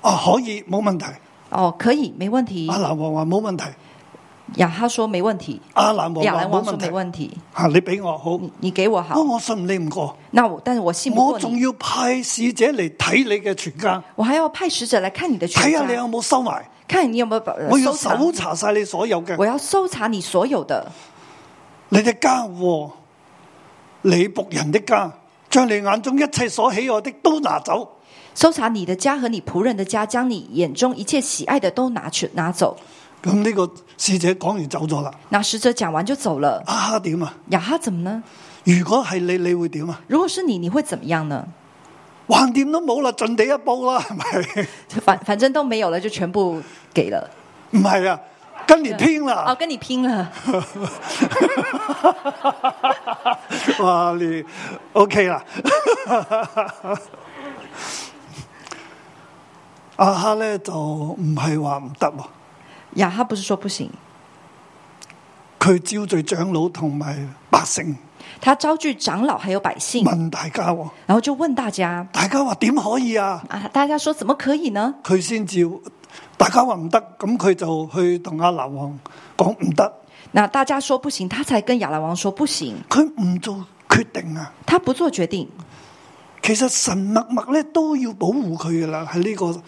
Speaker 2: 啊，可以冇問題。
Speaker 3: 哦，可以，没问题
Speaker 2: 阿。蘭王話冇問題，
Speaker 3: 雅哈说没问题，
Speaker 2: 阿蘭
Speaker 3: 亚
Speaker 2: 王
Speaker 3: 兰
Speaker 2: 話
Speaker 3: 王
Speaker 2: 啊冇
Speaker 3: 说
Speaker 2: 問題
Speaker 3: 没。问题，
Speaker 2: 吓，你俾我好，
Speaker 3: 你你给我
Speaker 2: 不過
Speaker 3: 好，
Speaker 2: 我信你唔過，
Speaker 3: 那我但是我信不
Speaker 2: 我
Speaker 3: 过
Speaker 2: 仲
Speaker 3: 你，
Speaker 2: 要派使者嚟睇你嘅全家，
Speaker 3: 我还要派使者来看你的
Speaker 2: 睇
Speaker 3: 全
Speaker 2: 下你有
Speaker 3: 家，
Speaker 2: 冇收埋，
Speaker 3: 看你有没有把呃
Speaker 2: 我要
Speaker 3: 收藏
Speaker 2: 搜，查晒你所有嘅，
Speaker 3: 我要搜查你所有的，
Speaker 2: 你嘅家和你仆人的家，將你眼中一切所喜愛的都拿走。
Speaker 3: 搜查你的家和你仆人的家，将你眼中一切喜爱的都拿去拿走。
Speaker 2: 咁呢個使者講完走咗啦，
Speaker 3: 那使者讲完就走了。
Speaker 2: 啊哈點啊？
Speaker 3: 雅哈怎么呢？
Speaker 2: 如果係你，你會點啊？
Speaker 3: 如果是你，你会怎么样呢？
Speaker 2: 橫掂都冇啦，盡地一步啦，係
Speaker 3: 反反正都没有了，就全部给了。
Speaker 2: 咪？唔係啊，跟你拼
Speaker 3: 哦，
Speaker 2: 啦！
Speaker 3: 跟你拼了！
Speaker 2: 哇，你 OK 啦。阿哈咧就唔係話唔得喎，
Speaker 3: 雅哈不是说不行，
Speaker 2: 佢招聚長老同埋百姓
Speaker 3: 他招聚长老还有百姓，
Speaker 2: 問大家喎，
Speaker 3: 然后就问大家
Speaker 2: 大家話點可以啊？
Speaker 3: 啊，大家说怎么可以呢？
Speaker 2: 佢先至大家話唔得，咁佢就去同阿南王講唔得，
Speaker 3: 那大家说不行，他才跟亚兰王说不行，
Speaker 2: 佢唔做決定啊。
Speaker 3: 他不做决定。
Speaker 2: 其實神默默咧都要保護佢噶啦，喺呢個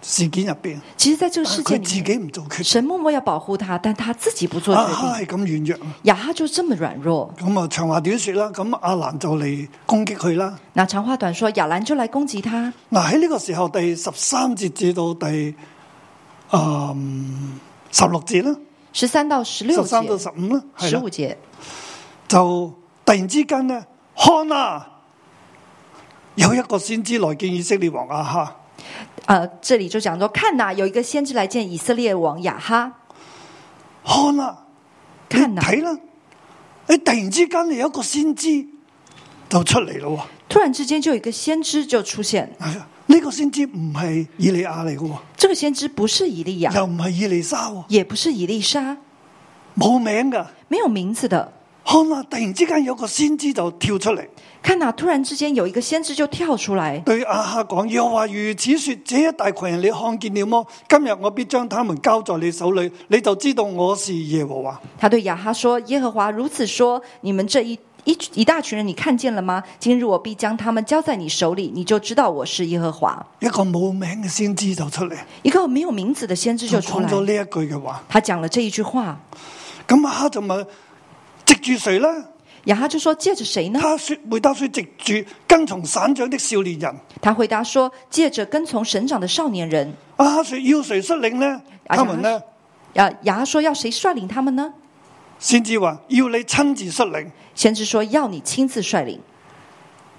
Speaker 2: 事件入边，
Speaker 3: 其实，在这个
Speaker 2: 但係
Speaker 3: 事
Speaker 2: 佢
Speaker 3: 件
Speaker 2: 自
Speaker 3: 里
Speaker 2: 己
Speaker 3: 面，
Speaker 2: 唔做決定，
Speaker 3: 神默默要保护他，但他自己不做
Speaker 2: 阿
Speaker 3: 决
Speaker 2: 哈
Speaker 3: 定。
Speaker 2: 係咁軟弱。啊
Speaker 3: 亚哈就这么软弱。
Speaker 2: 咁啊，長話短说啦，咁阿蘭就嚟攻擊佢啦。
Speaker 3: 那长话短说，亚兰就来攻击他。
Speaker 2: 嗱喺呢個時候，第十三節至到第嗯十六節啦，
Speaker 3: 十三到十六
Speaker 2: 十三到
Speaker 3: 节，
Speaker 2: 十哎五啦，係
Speaker 3: 十
Speaker 2: 啦
Speaker 3: 五，节，
Speaker 2: 就突然之間咧，看啊，有一個先知來見以色列王亞哈，
Speaker 3: 呃，这里就讲说，看呐、有一个先知来见以色列王亚哈，
Speaker 2: 看啊，你
Speaker 3: 看呐、
Speaker 2: 睇啦，你突然之間你有一個先知就出嚟咯
Speaker 3: 突然之间就有一个先知就出现，
Speaker 2: 喎，呢、個先知唔係以利亞嚟嘅喎，
Speaker 3: 这个先知不是以利亚，
Speaker 2: 又唔係以利沙喎，
Speaker 3: 也不是以利沙，
Speaker 2: 冇名㗎。
Speaker 3: 没有名字的。
Speaker 2: 看啦！突然之間有個先知就跳出嚟，
Speaker 3: 看呐、突然之间有一个先知就跳出来，
Speaker 2: 對亞哈講：又話如此說，這一大群人你看見了麼？今日我必將他們交在你手裏，你就知道我是耶和華。
Speaker 3: 他对亚哈说：“耶和华如此说，你们这一一一大群人，你看见了吗？今日我必将他们交在你手里，你就知道我是耶和华。
Speaker 2: 一個冇名嘅先知就出嚟，”
Speaker 3: 一个没有名字的先知就出
Speaker 2: 講
Speaker 3: 来，
Speaker 2: 咗呢一句嘅話。
Speaker 3: 他讲了这一句话。
Speaker 2: 咁亞哈就問：藉住誰呢？
Speaker 3: 亚哈就说：“借着谁呢
Speaker 2: 他说回答说藉住跟從省長的少年人，？”
Speaker 3: 他回答说：“借着跟从省长的少年人。
Speaker 2: 阿哈说要誰率領呢？
Speaker 3: 阿
Speaker 2: 他們呢？”
Speaker 3: 啊，亚哈说：“要谁率领他们呢
Speaker 2: 先至話要你親自率領。？”
Speaker 3: 先知说：“要你亲自率领。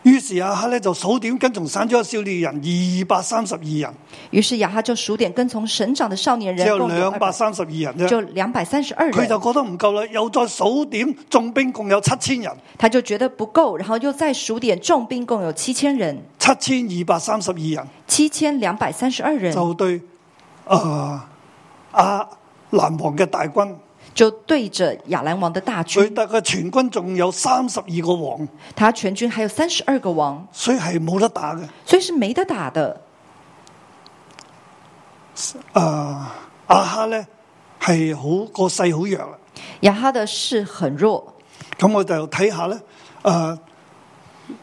Speaker 2: 於是阿哈呢就數點跟從省長嘅少年人二百三十二人，”
Speaker 3: 于是亚哈就数点跟从省长的少年
Speaker 2: 只
Speaker 3: 人，
Speaker 2: 有
Speaker 3: 共有
Speaker 2: 兩百
Speaker 3: 200
Speaker 2: 三十二人啫。
Speaker 3: 就两百三十二
Speaker 2: 佢就
Speaker 3: 人。
Speaker 2: 覺得唔夠啦，又再數點重兵共有七千人，
Speaker 3: 他就觉得不够，然后又再数点重兵，共有七千人，
Speaker 2: 七千二百三十二人
Speaker 3: 七千两百三十二人，
Speaker 2: 就對啊亞蘭王嘅大軍，
Speaker 3: 就对着亚兰王的大
Speaker 2: 佢
Speaker 3: 军，
Speaker 2: 大概全軍仲有三十二個王，
Speaker 3: 他全军还有三十二个王，
Speaker 2: 所以係冇得打嘅。
Speaker 3: 所以是没得打的。
Speaker 2: 啊，阿哈咧係好個勢好弱啦。啊
Speaker 3: 亚哈的势很弱，
Speaker 2: 咁我就睇下咧，啊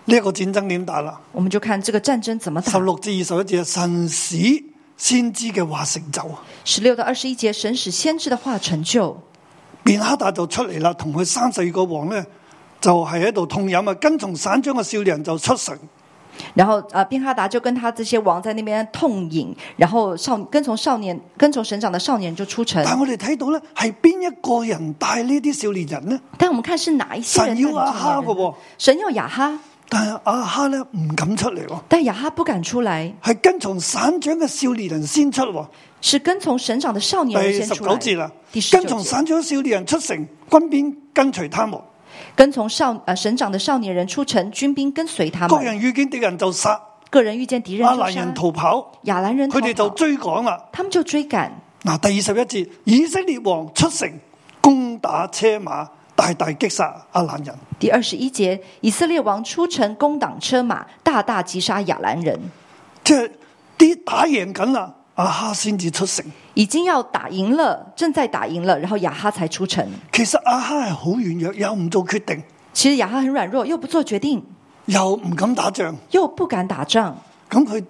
Speaker 2: 呢一個戰爭點打啦。
Speaker 3: 我们就看这个战争怎么打
Speaker 2: 十。六至二十一節，神使先知嘅話成就，啊
Speaker 3: 十六到二十一节，神使先知的话成就。
Speaker 2: 便哈達就出嚟啦，同佢三十二個王咧就係喺度痛飲啊，跟從省長嘅少年人就出城。
Speaker 3: 然后呃，便哈达就跟他这些王在那边痛饮，然后少跟从少年跟从省长的少年就出城
Speaker 2: 但。係我哋睇到咧，係邊一個人帶呢啲少年人呢？
Speaker 3: 但我们看是哪一些人
Speaker 2: 神要
Speaker 3: 带领
Speaker 2: 亚
Speaker 3: 这样
Speaker 2: 哈
Speaker 3: 的
Speaker 2: 嘅
Speaker 3: 人呢
Speaker 2: 喎，
Speaker 3: 神要亚哈，
Speaker 2: 但係阿哈咧唔敢出嚟喎，
Speaker 3: 但亚哈不敢出来，
Speaker 2: 係跟從省長嘅少年人先出喎。
Speaker 3: 是跟从省长的少年
Speaker 2: 第
Speaker 3: 人
Speaker 2: 十
Speaker 3: 先出
Speaker 2: 九
Speaker 3: 来。
Speaker 2: 節啦，
Speaker 3: 第十
Speaker 2: 跟
Speaker 3: 九
Speaker 2: 從
Speaker 3: 节，
Speaker 2: 省長少年人出城，軍兵跟隨他們，
Speaker 3: 跟从少呃省长的少年人出城，军兵跟随他
Speaker 2: 各
Speaker 3: 们，
Speaker 2: 人遇見敵人就殺，
Speaker 3: 个人遇见敌人
Speaker 2: 亞
Speaker 3: 就
Speaker 2: 蘭
Speaker 3: 杀
Speaker 2: 人，逃跑，
Speaker 3: 亚兰人逃
Speaker 2: 佢
Speaker 3: 跑
Speaker 2: 哋就追趕啦。
Speaker 3: 他们就追赶。
Speaker 2: 嗱，第二十一節，以色列王出城攻打車馬，大大擊殺亞蘭人。
Speaker 3: 第二十一节，以色列王出城攻挡车马，大大击杀亚兰人，
Speaker 2: 即係啲打贏緊啦，阿哈先至出城。
Speaker 3: 已经要打赢了，正在打赢了，然后亚哈才出城。
Speaker 2: 其實阿哈係好軟弱，又唔做決定，
Speaker 3: 其实亚哈很软弱，又不做决定，
Speaker 2: 又唔敢打仗。
Speaker 3: 又不敢打仗，
Speaker 2: 咁佢，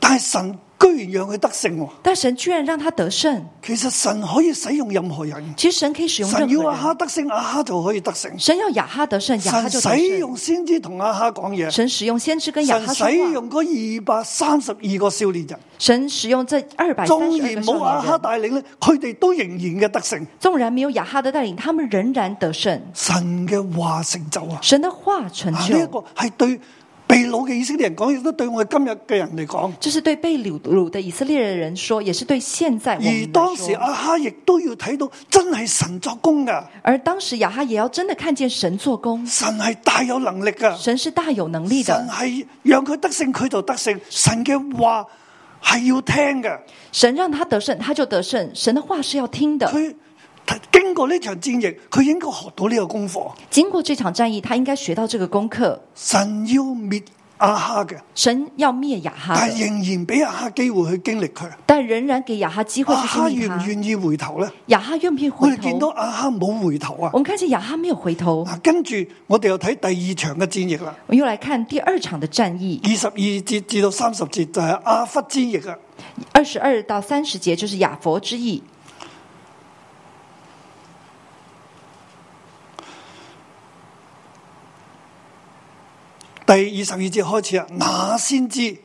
Speaker 2: 但係神居然讓佢得勝喎。
Speaker 3: 但神居然让他得胜。
Speaker 2: 其實神可以使用任何人。
Speaker 3: 其实神可以使用任
Speaker 2: 神要
Speaker 3: 何
Speaker 2: 阿哈
Speaker 3: 人，
Speaker 2: 得勝，阿哈就可以得勝。
Speaker 3: 神要亚哈得胜，亚哈
Speaker 2: 神
Speaker 3: 就得
Speaker 2: 使
Speaker 3: 胜
Speaker 2: 用。先知同阿哈講嘢，
Speaker 3: 神使用先知跟亚哈
Speaker 2: 神
Speaker 3: 说
Speaker 2: 使
Speaker 3: 话，
Speaker 2: 用嗰二百三十二個少年人，
Speaker 3: 神使用这二百三
Speaker 2: 縱
Speaker 3: 十二个
Speaker 2: 然冇
Speaker 3: 少
Speaker 2: 阿
Speaker 3: 年
Speaker 2: 哈
Speaker 3: 人，
Speaker 2: 帶領咧，佢哋都仍然嘅得勝。
Speaker 3: 纵然没有亚哈的带领，他们仍然得胜。
Speaker 2: 神嘅話成就啊！
Speaker 3: 神的话成
Speaker 2: 啊呢一
Speaker 3: 就，
Speaker 2: 個係對被掳嘅以色列人講，亦都對我哋今日嘅人嚟講。
Speaker 3: 这是对被掳掳的以色列人说，也是对现在我们
Speaker 2: 而
Speaker 3: 来
Speaker 2: 當時
Speaker 3: 说。
Speaker 2: 阿哈亦都要睇到，真係神作工噶，
Speaker 3: 而当时亚哈也要真的看见神做工，
Speaker 2: 神係大有能力噶，
Speaker 3: 神是大有能力
Speaker 2: 神
Speaker 3: 的，
Speaker 2: 係讓佢得勝，佢就得勝。神嘅話係要聽嘅。
Speaker 3: 神让他得胜，他就得胜。神的话是要听的。
Speaker 2: 佢經過呢場戰役，佢應該學到呢個功課。
Speaker 3: 经过这场战役，他应该学到这个功课。
Speaker 2: 神要滅阿哈嘅，
Speaker 3: 神要灭亚哈
Speaker 2: 但
Speaker 3: 的，
Speaker 2: 係仍然俾阿哈機會去經歷佢。
Speaker 3: 但仍然给亚哈机会
Speaker 2: 啊阿
Speaker 3: 去
Speaker 2: 哈
Speaker 3: 经历
Speaker 2: 願唔
Speaker 3: 他。
Speaker 2: 願意回頭呢？
Speaker 3: 亚哈愿不愿意
Speaker 2: 我
Speaker 3: 回
Speaker 2: 哋見到啊
Speaker 3: 头？
Speaker 2: 阿哈冇回頭啊
Speaker 3: 我！们看见亚哈没有回头。
Speaker 2: 嗱，跟住我哋又睇第二場嘅戰役啦，
Speaker 3: 我们又来看第二场的战役，
Speaker 2: 二十二節至到三十節就係阿弗之役啊。
Speaker 3: 二十二到三十节就是亚佛之役。
Speaker 2: 第二十二節開始啊，那先知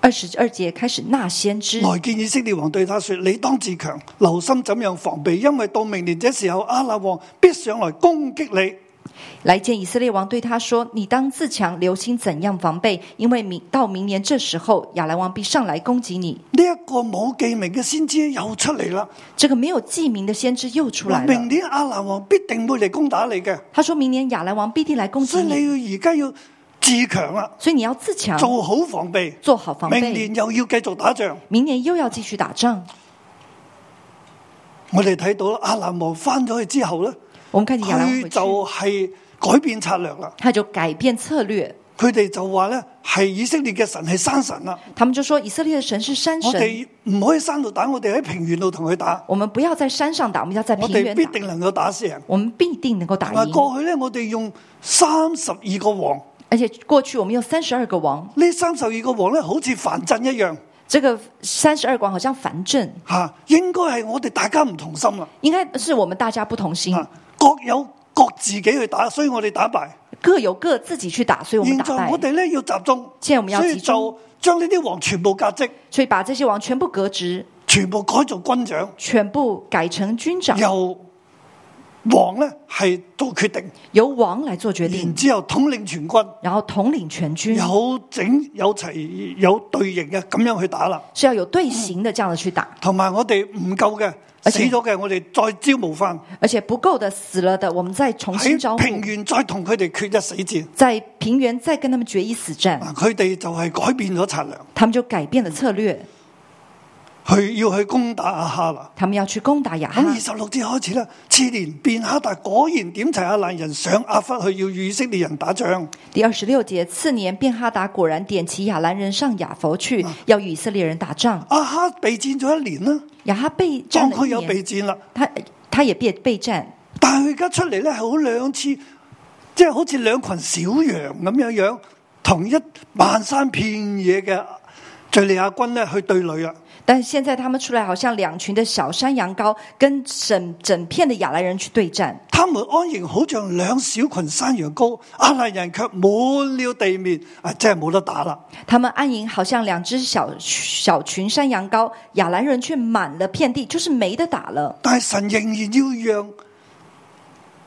Speaker 3: 二十二节开始那先知
Speaker 2: 來見以色列王，對他說：你當自強，留心怎樣防備，因為到明年這時候，阿納王必上來攻擊你。
Speaker 3: 来见以色列王，对他说：“你当自强，留心怎样防备，因为明到明年这时候，亚兰王必上来攻击你。
Speaker 2: 呢一個冇記名嘅先知又出嚟啦，”
Speaker 3: 这个没有记名的先知又出
Speaker 2: 話
Speaker 3: 来了
Speaker 2: 明。年阿蘭王必定會嚟攻打你嘅，
Speaker 3: 他说明年亚兰王必定来攻
Speaker 2: 所
Speaker 3: 击
Speaker 2: 以
Speaker 3: 你，
Speaker 2: 你要而家要自強啦，
Speaker 3: 所以你要自强，
Speaker 2: 做好防備。
Speaker 3: 做好防
Speaker 2: 明
Speaker 3: 备。
Speaker 2: 年又要繼續打仗，
Speaker 3: 明年又要继续打仗。
Speaker 2: 我哋睇到啦阿蘭王翻咗去之後咧，
Speaker 3: 我们看见亚兰王
Speaker 2: 佢
Speaker 3: 回去，
Speaker 2: 就係改變策略啦。
Speaker 3: 他就改变策略，
Speaker 2: 佢哋就話咧係以色列嘅神係山神啦。
Speaker 3: 他们就说以色列的神是山
Speaker 2: 我
Speaker 3: 神，
Speaker 2: 哋唔可以山度打，我哋喺平原度同佢打，
Speaker 3: 我们不要在山上打，我们要在
Speaker 2: 我
Speaker 3: 平
Speaker 2: 哋
Speaker 3: 原打
Speaker 2: 必，定能夠打死人。
Speaker 3: 我们必定能够打
Speaker 2: 同埋
Speaker 3: 赢。
Speaker 2: 過去咧，我哋用三十二個王，
Speaker 3: 而且过去我们有三十二个王，
Speaker 2: 呢三十二個王咧好似凡陣一樣
Speaker 3: 这个三十二王好像反正，
Speaker 2: 吓，应该系我哋大家唔同心啦，
Speaker 3: 嗯
Speaker 2: 啊
Speaker 3: 应该是我们大家不同心，
Speaker 2: 吓各有各自己去打，所以我哋打敗。
Speaker 3: 各有各自己去打，所以我们
Speaker 2: 現
Speaker 3: 打
Speaker 2: 在
Speaker 3: 败
Speaker 2: 我。哋咧要集中，
Speaker 3: 即係我們要
Speaker 2: 所以
Speaker 3: 集中
Speaker 2: 就將呢啲王全部革職，
Speaker 3: 所以把这些王全部革职，
Speaker 2: 全部改做軍長，
Speaker 3: 全部改成军长，
Speaker 2: 由王咧係做決定，
Speaker 3: 由王来做决
Speaker 2: 然
Speaker 3: 定，嗯
Speaker 2: 之後統領全軍，
Speaker 3: 然後统领全军，
Speaker 2: 有整有齊有隊形嘅咁樣去打啦。
Speaker 3: 是要有队形的这样的去打，
Speaker 2: 同埋我哋唔夠嘅
Speaker 3: 而
Speaker 2: 死
Speaker 3: 且
Speaker 2: 咗嘅，我哋再招募翻
Speaker 3: 而且不够的死了的，我们再重新招
Speaker 2: 喺平
Speaker 3: 募，
Speaker 2: 原再同佢哋決一死戰。
Speaker 3: 在平原再跟他们决一死战，
Speaker 2: 嗱，佢哋就係改變咗策略，
Speaker 3: 他们就改变了策略，
Speaker 2: 去要去攻打阿哈啦。
Speaker 3: 他们要去攻打雅
Speaker 2: 咁二
Speaker 3: 哈。
Speaker 2: 十六節開始啦，次年便哈達果然點齊阿蘭人上阿弗去要與以色列人打仗。
Speaker 3: 第二十六节，次年便哈达果然点齐亚兰人上亚佛去，要与以色列人打仗。
Speaker 2: 阿哈備戰咗一年啦，
Speaker 3: 亚哈被
Speaker 2: 當
Speaker 3: 战了
Speaker 2: 佢
Speaker 3: 一
Speaker 2: 哦有備
Speaker 3: 年，
Speaker 2: 戰啦，
Speaker 3: 他他也被备战，
Speaker 2: 但係佢而家出嚟咧係好兩次，即係好似兩群小羊咁樣樣，同一漫山遍野嘅敍利亞軍咧去對壘啦。
Speaker 3: 但是现在他们出来，好像两群的小山羊羔跟整整片的亚兰人去对战。
Speaker 2: 他们安营好像两小群山羊羔，阿兰人却满了地面，啊，真系冇得打啦！
Speaker 3: 他们安营好像两只小小群山羊羔，亚兰人却满了遍地，就是没得打了。
Speaker 2: 但系神仍然要让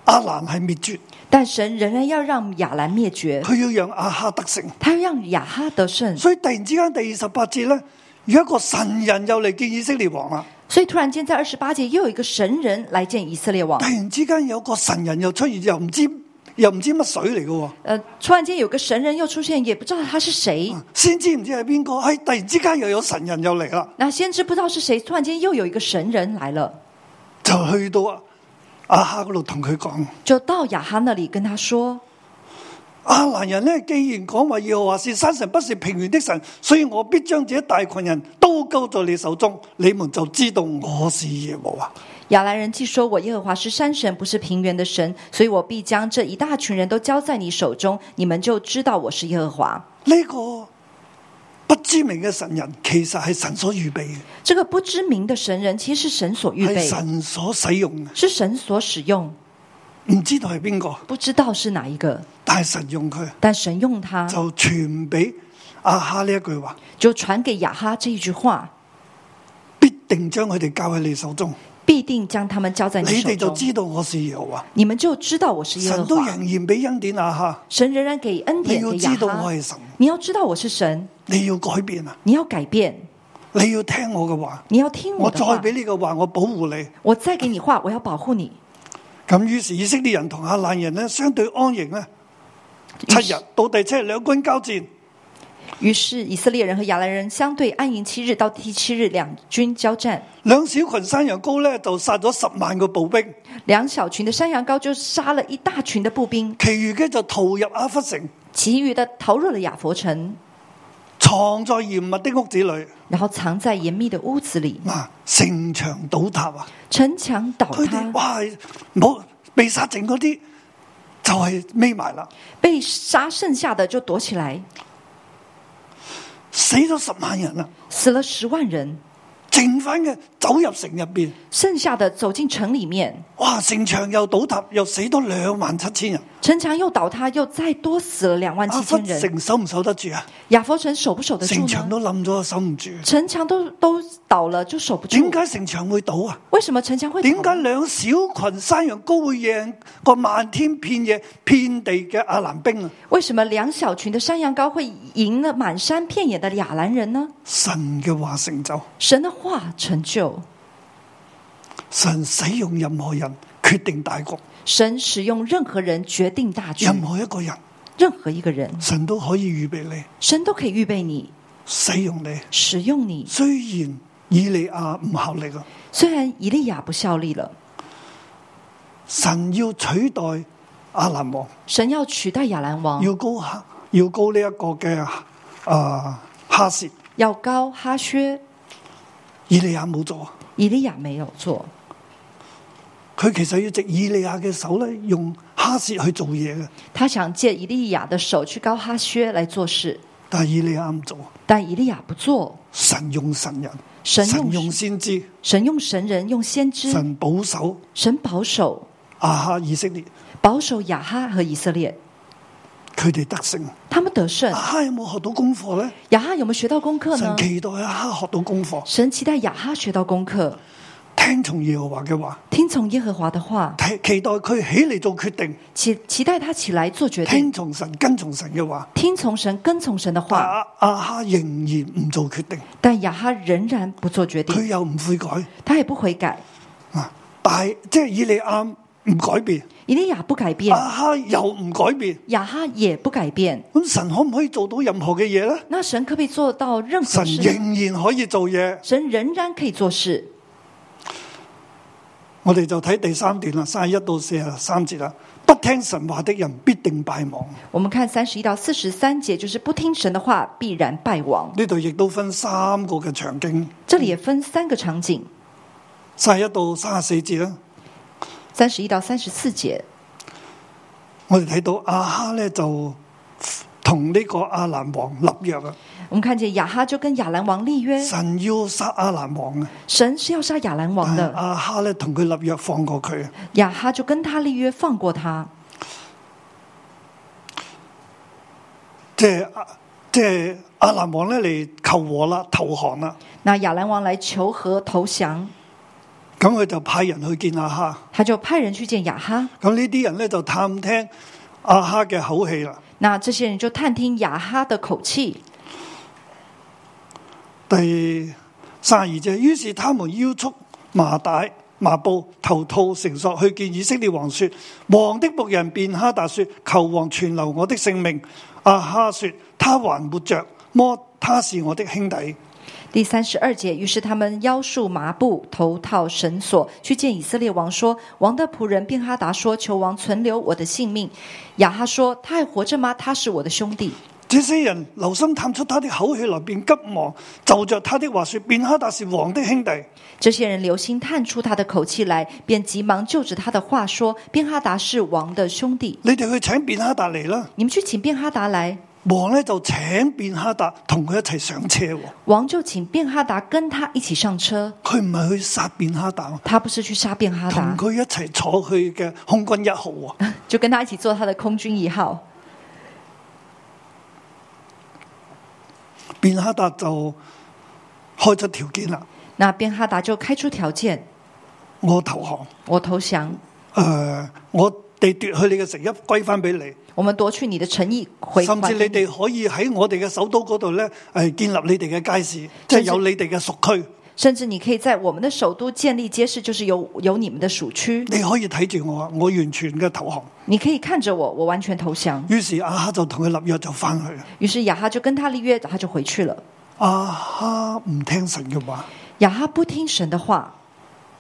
Speaker 2: 阿兰系灭绝，
Speaker 3: 但神仍然要让亚兰灭绝，
Speaker 2: 佢要让阿哈得胜。
Speaker 3: 他要让亚哈得胜。
Speaker 2: 所以突然之间第二十八节咧，有一个神人又嚟见以色列王啦。
Speaker 3: 所以突然间在二十八节又有一个神人来见以色列王
Speaker 2: 突。然之间有个神人又出现，又唔知又唔知乜水嚟嘅喎。
Speaker 3: 呃，突然间有个神人又出现，也不知道他是谁。
Speaker 2: 先知唔知系边个？哎，突然之间又有神人又嚟啦，
Speaker 3: 那先知不知道是谁，突然间又有一个神人来了，
Speaker 2: 就去到阿哈嗰度同佢讲。
Speaker 3: 就到亚哈那里跟他说。
Speaker 2: 阿兰人呢，既然讲话耶和华是山神，不是平原的神，所以我必将这一大群人都交在你手中，你们就知道我是耶和华。
Speaker 3: 亚兰人既说我耶和华是山神，不是平原的神，所以我必将这一大群人都交在你手中，你们就知道我是耶和华。
Speaker 2: 呢、个不知名嘅神人，其实系神所预备嘅，
Speaker 3: 这个不知名的神人，其实是神所预
Speaker 2: 系
Speaker 3: 备，
Speaker 2: 哎神所使用嘅，
Speaker 3: 是神所使用，
Speaker 2: 唔知道系边个，
Speaker 3: 不知道是哪一个，
Speaker 2: 但系神用佢
Speaker 3: 但神用他，
Speaker 2: 就传俾阿哈呢一句话，
Speaker 3: 就传给亚哈这一句话，
Speaker 2: 必定将佢哋交喺你手中，
Speaker 3: 必定将他们交在
Speaker 2: 你
Speaker 3: 你手
Speaker 2: 哋就
Speaker 3: 中，
Speaker 2: 知道我是耶和华。
Speaker 3: 你们就知道我是耶和
Speaker 2: 神都
Speaker 3: 华。
Speaker 2: 仍然俾恩典阿哈，
Speaker 3: 神仍然给恩
Speaker 2: 你
Speaker 3: 典
Speaker 2: 要
Speaker 3: 给亚
Speaker 2: 知道我
Speaker 3: 哈。
Speaker 2: 系神，
Speaker 3: 你要知道我是神，
Speaker 2: 你要改变啊，
Speaker 3: 你要改变，
Speaker 2: 你要听我嘅话。
Speaker 3: 你要听
Speaker 2: 我
Speaker 3: 我的
Speaker 2: 再
Speaker 3: 话。
Speaker 2: 俾呢個話，我保護你。
Speaker 3: 我再给你话，我要保护你。
Speaker 2: 咁於是以色列人同亞蘭人呢，相對安營呢，七日到第七日兩軍交戰，
Speaker 3: 于是以色列人和亚兰人相对安营七日，到第七日两军交战，
Speaker 2: 兩小群山羊羔呢，就殺咗十萬個步兵，
Speaker 3: 两小群的山羊羔就杀了一大群的步兵，
Speaker 2: 其餘嘅就逃入阿弗城，
Speaker 3: 其余的逃入了亚佛城，
Speaker 2: 藏在嚴密的屋子裏。
Speaker 3: 然后藏在严密的屋子里，
Speaker 2: 嗱，城牆倒塌啊！
Speaker 3: 城墙倒
Speaker 2: 佢哋
Speaker 3: 塌，
Speaker 2: 哇，冇被殺剩嗰啲就係匿埋啦，
Speaker 3: 被杀剩下的就躲起来，
Speaker 2: 死咗十萬人啦，
Speaker 3: 死了十万人，
Speaker 2: 剩翻嘅走入城入邊，
Speaker 3: 剩下的走进城里面，
Speaker 2: 哇！城牆又倒塌，又死多兩萬七千人。啊
Speaker 3: 城墙又倒塌，又再多死了两万
Speaker 2: 阿
Speaker 3: 七
Speaker 2: 弗
Speaker 3: 千人。
Speaker 2: 城守唔守得住啊？
Speaker 3: 亚佛城守不守得住
Speaker 2: 城牆都
Speaker 3: 呢？
Speaker 2: 冧咗，守唔住。
Speaker 3: 城墙都都倒了，就守不住
Speaker 2: 點。解城牆會倒啊？
Speaker 3: 为什么城墙会
Speaker 2: 點
Speaker 3: 倒
Speaker 2: 解
Speaker 3: 呢？
Speaker 2: 兩小群山羊羔會贏個漫天遍野遍地嘅阿蘭兵啊？
Speaker 3: 为什么两小群的山羊羔会赢了满山遍野的亚兰人呢？
Speaker 2: 神嘅話成就，
Speaker 3: 神的话成就，
Speaker 2: 神使用任何人決定大局，
Speaker 3: 神使用任何人决定大局，
Speaker 2: 任何一個人
Speaker 3: 任何一个人，
Speaker 2: 神都可以預備你
Speaker 3: 神都可以预备你，
Speaker 2: 使用你。
Speaker 3: 使用你。
Speaker 2: 雖然以利亞唔效力啊，
Speaker 3: 虽然以利亚不效力了，
Speaker 2: 神要取代阿蘭王，
Speaker 3: 神要取代亚兰王，
Speaker 2: 要高哈，要高呢一個嘅啊哈薛，
Speaker 3: 要高哈薛，
Speaker 2: 以利亞冇做啊。
Speaker 3: 以利亚没有做，
Speaker 2: 佢其實要藉以利亞嘅手咧，用哈薛去做嘢嘅，
Speaker 3: 他想借以利亚的手去高哈薛来做事，
Speaker 2: 但係以利亞唔做。啊
Speaker 3: 但以利亚不做。
Speaker 2: 神用神人，
Speaker 3: 神用
Speaker 2: 神用先知，
Speaker 3: 神用神人，用先知，
Speaker 2: 神保守
Speaker 3: 神保守
Speaker 2: 亞哈以色列，
Speaker 3: 保守亚哈和以色列，
Speaker 2: 佢哋得啊勝。
Speaker 3: 他们得胜
Speaker 2: 阿。哈啊有冇學到功課呢？
Speaker 3: 亚哈有没有学到功课呢
Speaker 2: 神？期待阿哈學到功課，
Speaker 3: 神期待亚哈学到功课，
Speaker 2: 聽從耶和華嘅話，
Speaker 3: 听从耶和华的话，
Speaker 2: 期期待佢起嚟做決定，
Speaker 3: 期期待他起来做决定，啊
Speaker 2: 聽從神、跟從神嘅話。
Speaker 3: 听从神，跟从神的
Speaker 2: 但
Speaker 3: 话。
Speaker 2: 阿阿哈仍然唔做決定，
Speaker 3: 但亚哈仍然不做决定，
Speaker 2: 佢又唔悔改
Speaker 3: 他也不悔改。
Speaker 2: 啊！但係即係以利亞唔改變，
Speaker 3: 以利亚不改变，
Speaker 2: 阿哈又唔改變。
Speaker 3: 亚哈也不改变。
Speaker 2: 咁神可唔可以做到任何嘅嘢呢？
Speaker 3: 那神可不可以做到任
Speaker 2: 神
Speaker 3: 何事呢？
Speaker 2: 仍然可以做嘢，
Speaker 3: 神仍然可以做事。
Speaker 2: 我哋就睇第三段啦，三十一到四十三節啦。不聽神話的人必定敗亡。
Speaker 3: 我们看三十一到四十三节，就是不听神的话，必然败亡。
Speaker 2: 呢度亦都分三個嘅場景，
Speaker 3: 这里也分三个场景：
Speaker 2: 三十一到三十四節啦。
Speaker 3: 三十一到三十四节，
Speaker 2: 我哋睇到阿哈咧就同呢個阿蘭王立約啊，
Speaker 3: 我们看见亚哈就跟亚兰王立约，
Speaker 2: 神要殺阿蘭王啊，
Speaker 3: 神是要杀亚兰王啊
Speaker 2: 但係
Speaker 3: 的，
Speaker 2: 阿哈咧同佢立約放過佢啊。
Speaker 3: 亚哈就跟他立约，放过他。
Speaker 2: 即係即係阿蘭王咧嚟求和啦，投降啦，
Speaker 3: 那亚兰王来求和投降，
Speaker 2: 咁佢就派人去見阿哈。
Speaker 3: 他就派人去见亚哈。
Speaker 2: 咁呢啲人咧就探聽阿哈嘅口氣啦。
Speaker 3: 那这些人就探听亚哈的口气。
Speaker 2: 第三十二節，於是他們腰束麻帶、麻布、頭套、繩索去見以色列王，說：王的仆人便哈達說：求王存留我的性命。阿哈說：他還活着麼？他是我的兄弟。
Speaker 3: 第三十二节，于是他们腰束麻布，头套绳索，去见以色列王说：“王的仆人便哈达说，求王存留我的性命。”亚哈说：“他还活着吗？他是我的兄弟。
Speaker 2: 這些人留心探出他的口氣來，便急忙就着他的話說：便哈達是王的兄弟。”
Speaker 3: 这些人留心探出他的口气来，便急忙就着他的话说：“便哈达是王的兄弟。
Speaker 2: 你哋去請便哈達嚟啦。
Speaker 3: 你们去请便哈达来。”
Speaker 2: 王呢就請便哈達同佢一齊上車喎，
Speaker 3: 王就请便哈达跟他一起上车，
Speaker 2: 佢唔係去殺便哈達喎。
Speaker 3: 他不是去杀便哈
Speaker 2: 同
Speaker 3: 达，
Speaker 2: 佢一齊坐去嘅空軍一號 [LAUGHS] 啊！
Speaker 3: 就跟他一起坐他的空军一号。
Speaker 2: 便哈達就開出條件啦，
Speaker 3: 那便哈达就开出条件，
Speaker 2: 我投降，
Speaker 3: 我投降，
Speaker 2: 诶、我哋奪去你嘅城邑歸翻俾你，
Speaker 3: 我们夺去你的诚意，回
Speaker 2: 甚
Speaker 3: 还
Speaker 2: 至你
Speaker 3: 给你
Speaker 2: 哋可以喺我哋嘅首都嗰度咧，诶、建立你哋嘅街 [LAUGHS] 市，即係有你哋嘅屬區，
Speaker 3: 甚至你可以在我们的首都建立街市，就是有有你们的属区，
Speaker 2: 你可以睇住我，我完全嘅投降。
Speaker 3: 你可以看着我，我完全投降。
Speaker 2: 於是阿哈就同佢立約就翻去，
Speaker 3: 于是亚哈就跟他立约，他就回去了。
Speaker 2: 阿哈唔聽神嘅話，
Speaker 3: 亚哈不听神的话，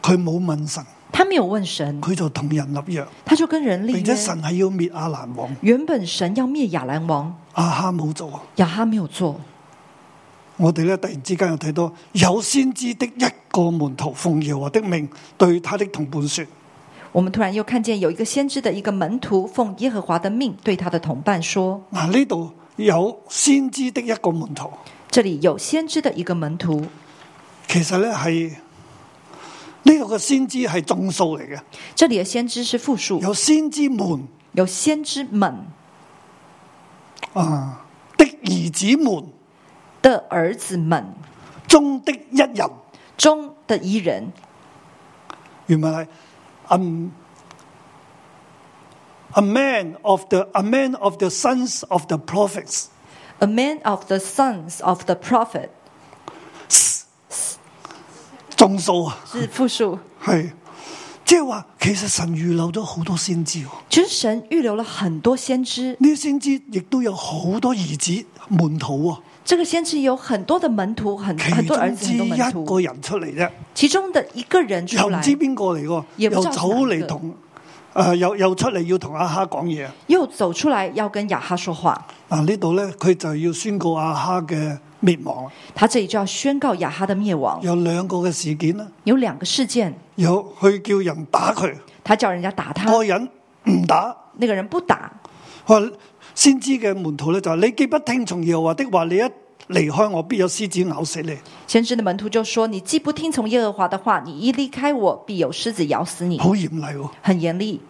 Speaker 2: 佢冇問神，
Speaker 3: 他没有问神，
Speaker 2: 佢就同人立約，
Speaker 3: 他就跟人立
Speaker 2: 並且
Speaker 3: 约。
Speaker 2: 神係要滅阿蘭王，
Speaker 3: 原本神要灭亚兰王，
Speaker 2: 阿哈冇做。
Speaker 3: 亚哈没有做。
Speaker 2: 我哋咧突然之間又睇到有先知的一個門徒奉耶和華的命對他的同伴說：
Speaker 3: 我们突然又看见有一个先知的一个门徒奉耶和华的命对他的同伴说
Speaker 2: 嗱呢度有先知的一個門徒，：“
Speaker 3: 这里有先知的一个门徒，
Speaker 2: 其實咧係呢度嘅先知係眾數嚟嘅，
Speaker 3: 这里的先知是复数，
Speaker 2: 有先知們
Speaker 3: 有先知们
Speaker 2: 啊的兒子們
Speaker 3: 的儿子们
Speaker 2: 中的一人，
Speaker 3: 中的一人，
Speaker 2: 原文係嗯。A man of the a man of the sons of the prophets，
Speaker 3: a man of the sons of the prophet
Speaker 2: 眾數啊，
Speaker 3: 是复数，
Speaker 2: 系，即系话，其实神预留咗好多先知喎，呢
Speaker 3: 就是神预留了很多先知，
Speaker 2: 啲先知亦都有好多儿子门徒啊，
Speaker 3: 这个先知有很多的门徒，很很
Speaker 2: 其
Speaker 3: 啊多儿
Speaker 2: 中
Speaker 3: 子，
Speaker 2: 之
Speaker 3: 很多
Speaker 2: 一
Speaker 3: 门徒，
Speaker 2: 个人出嚟啫，
Speaker 3: 其中的一个人
Speaker 2: 又
Speaker 3: 出
Speaker 2: 唔
Speaker 3: 来，
Speaker 2: 知边个嚟喎，
Speaker 3: 也
Speaker 2: 又
Speaker 3: 不知道是
Speaker 2: 走
Speaker 3: 哪一
Speaker 2: 嚟
Speaker 3: 個
Speaker 2: 同诶，又又出嚟要同阿哈讲嘢
Speaker 3: 又走出来要跟亚哈说话，
Speaker 2: 嗱，呢度咧佢就要宣告阿哈嘅灭亡啦，
Speaker 3: 他这里就要宣告亚哈的灭亡。
Speaker 2: 有两个嘅事件啦，
Speaker 3: 有两个事件，
Speaker 2: 有佢叫人打佢，
Speaker 3: 他叫人家打他，
Speaker 2: 个人唔打。
Speaker 3: 那个人不打，
Speaker 2: 佢話先知嘅門徒咧就話：你既不聽從耶和華的話，你一離開我，必有獅子咬死你。
Speaker 3: 先知的门徒就说：“你既不听从耶和华的话，你一离开我，必有狮子咬死你。
Speaker 2: 好嚴厲喎！”
Speaker 3: 很严厉，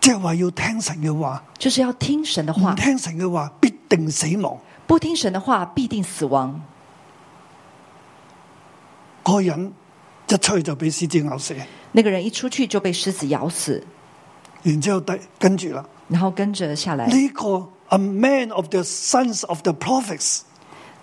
Speaker 2: 即系话要听神嘅话，
Speaker 3: 就是要听神的
Speaker 2: 唔
Speaker 3: 话，
Speaker 2: 听神嘅话必定死亡。
Speaker 3: 不听神的话必定死亡。
Speaker 2: 嗰個人一出去就俾狮子咬死，
Speaker 3: 那个人一出去就被狮子咬死，
Speaker 2: 然之后第跟住啦，
Speaker 3: 然后跟着下来。
Speaker 2: 呢、個 a man of the sons of the prophets，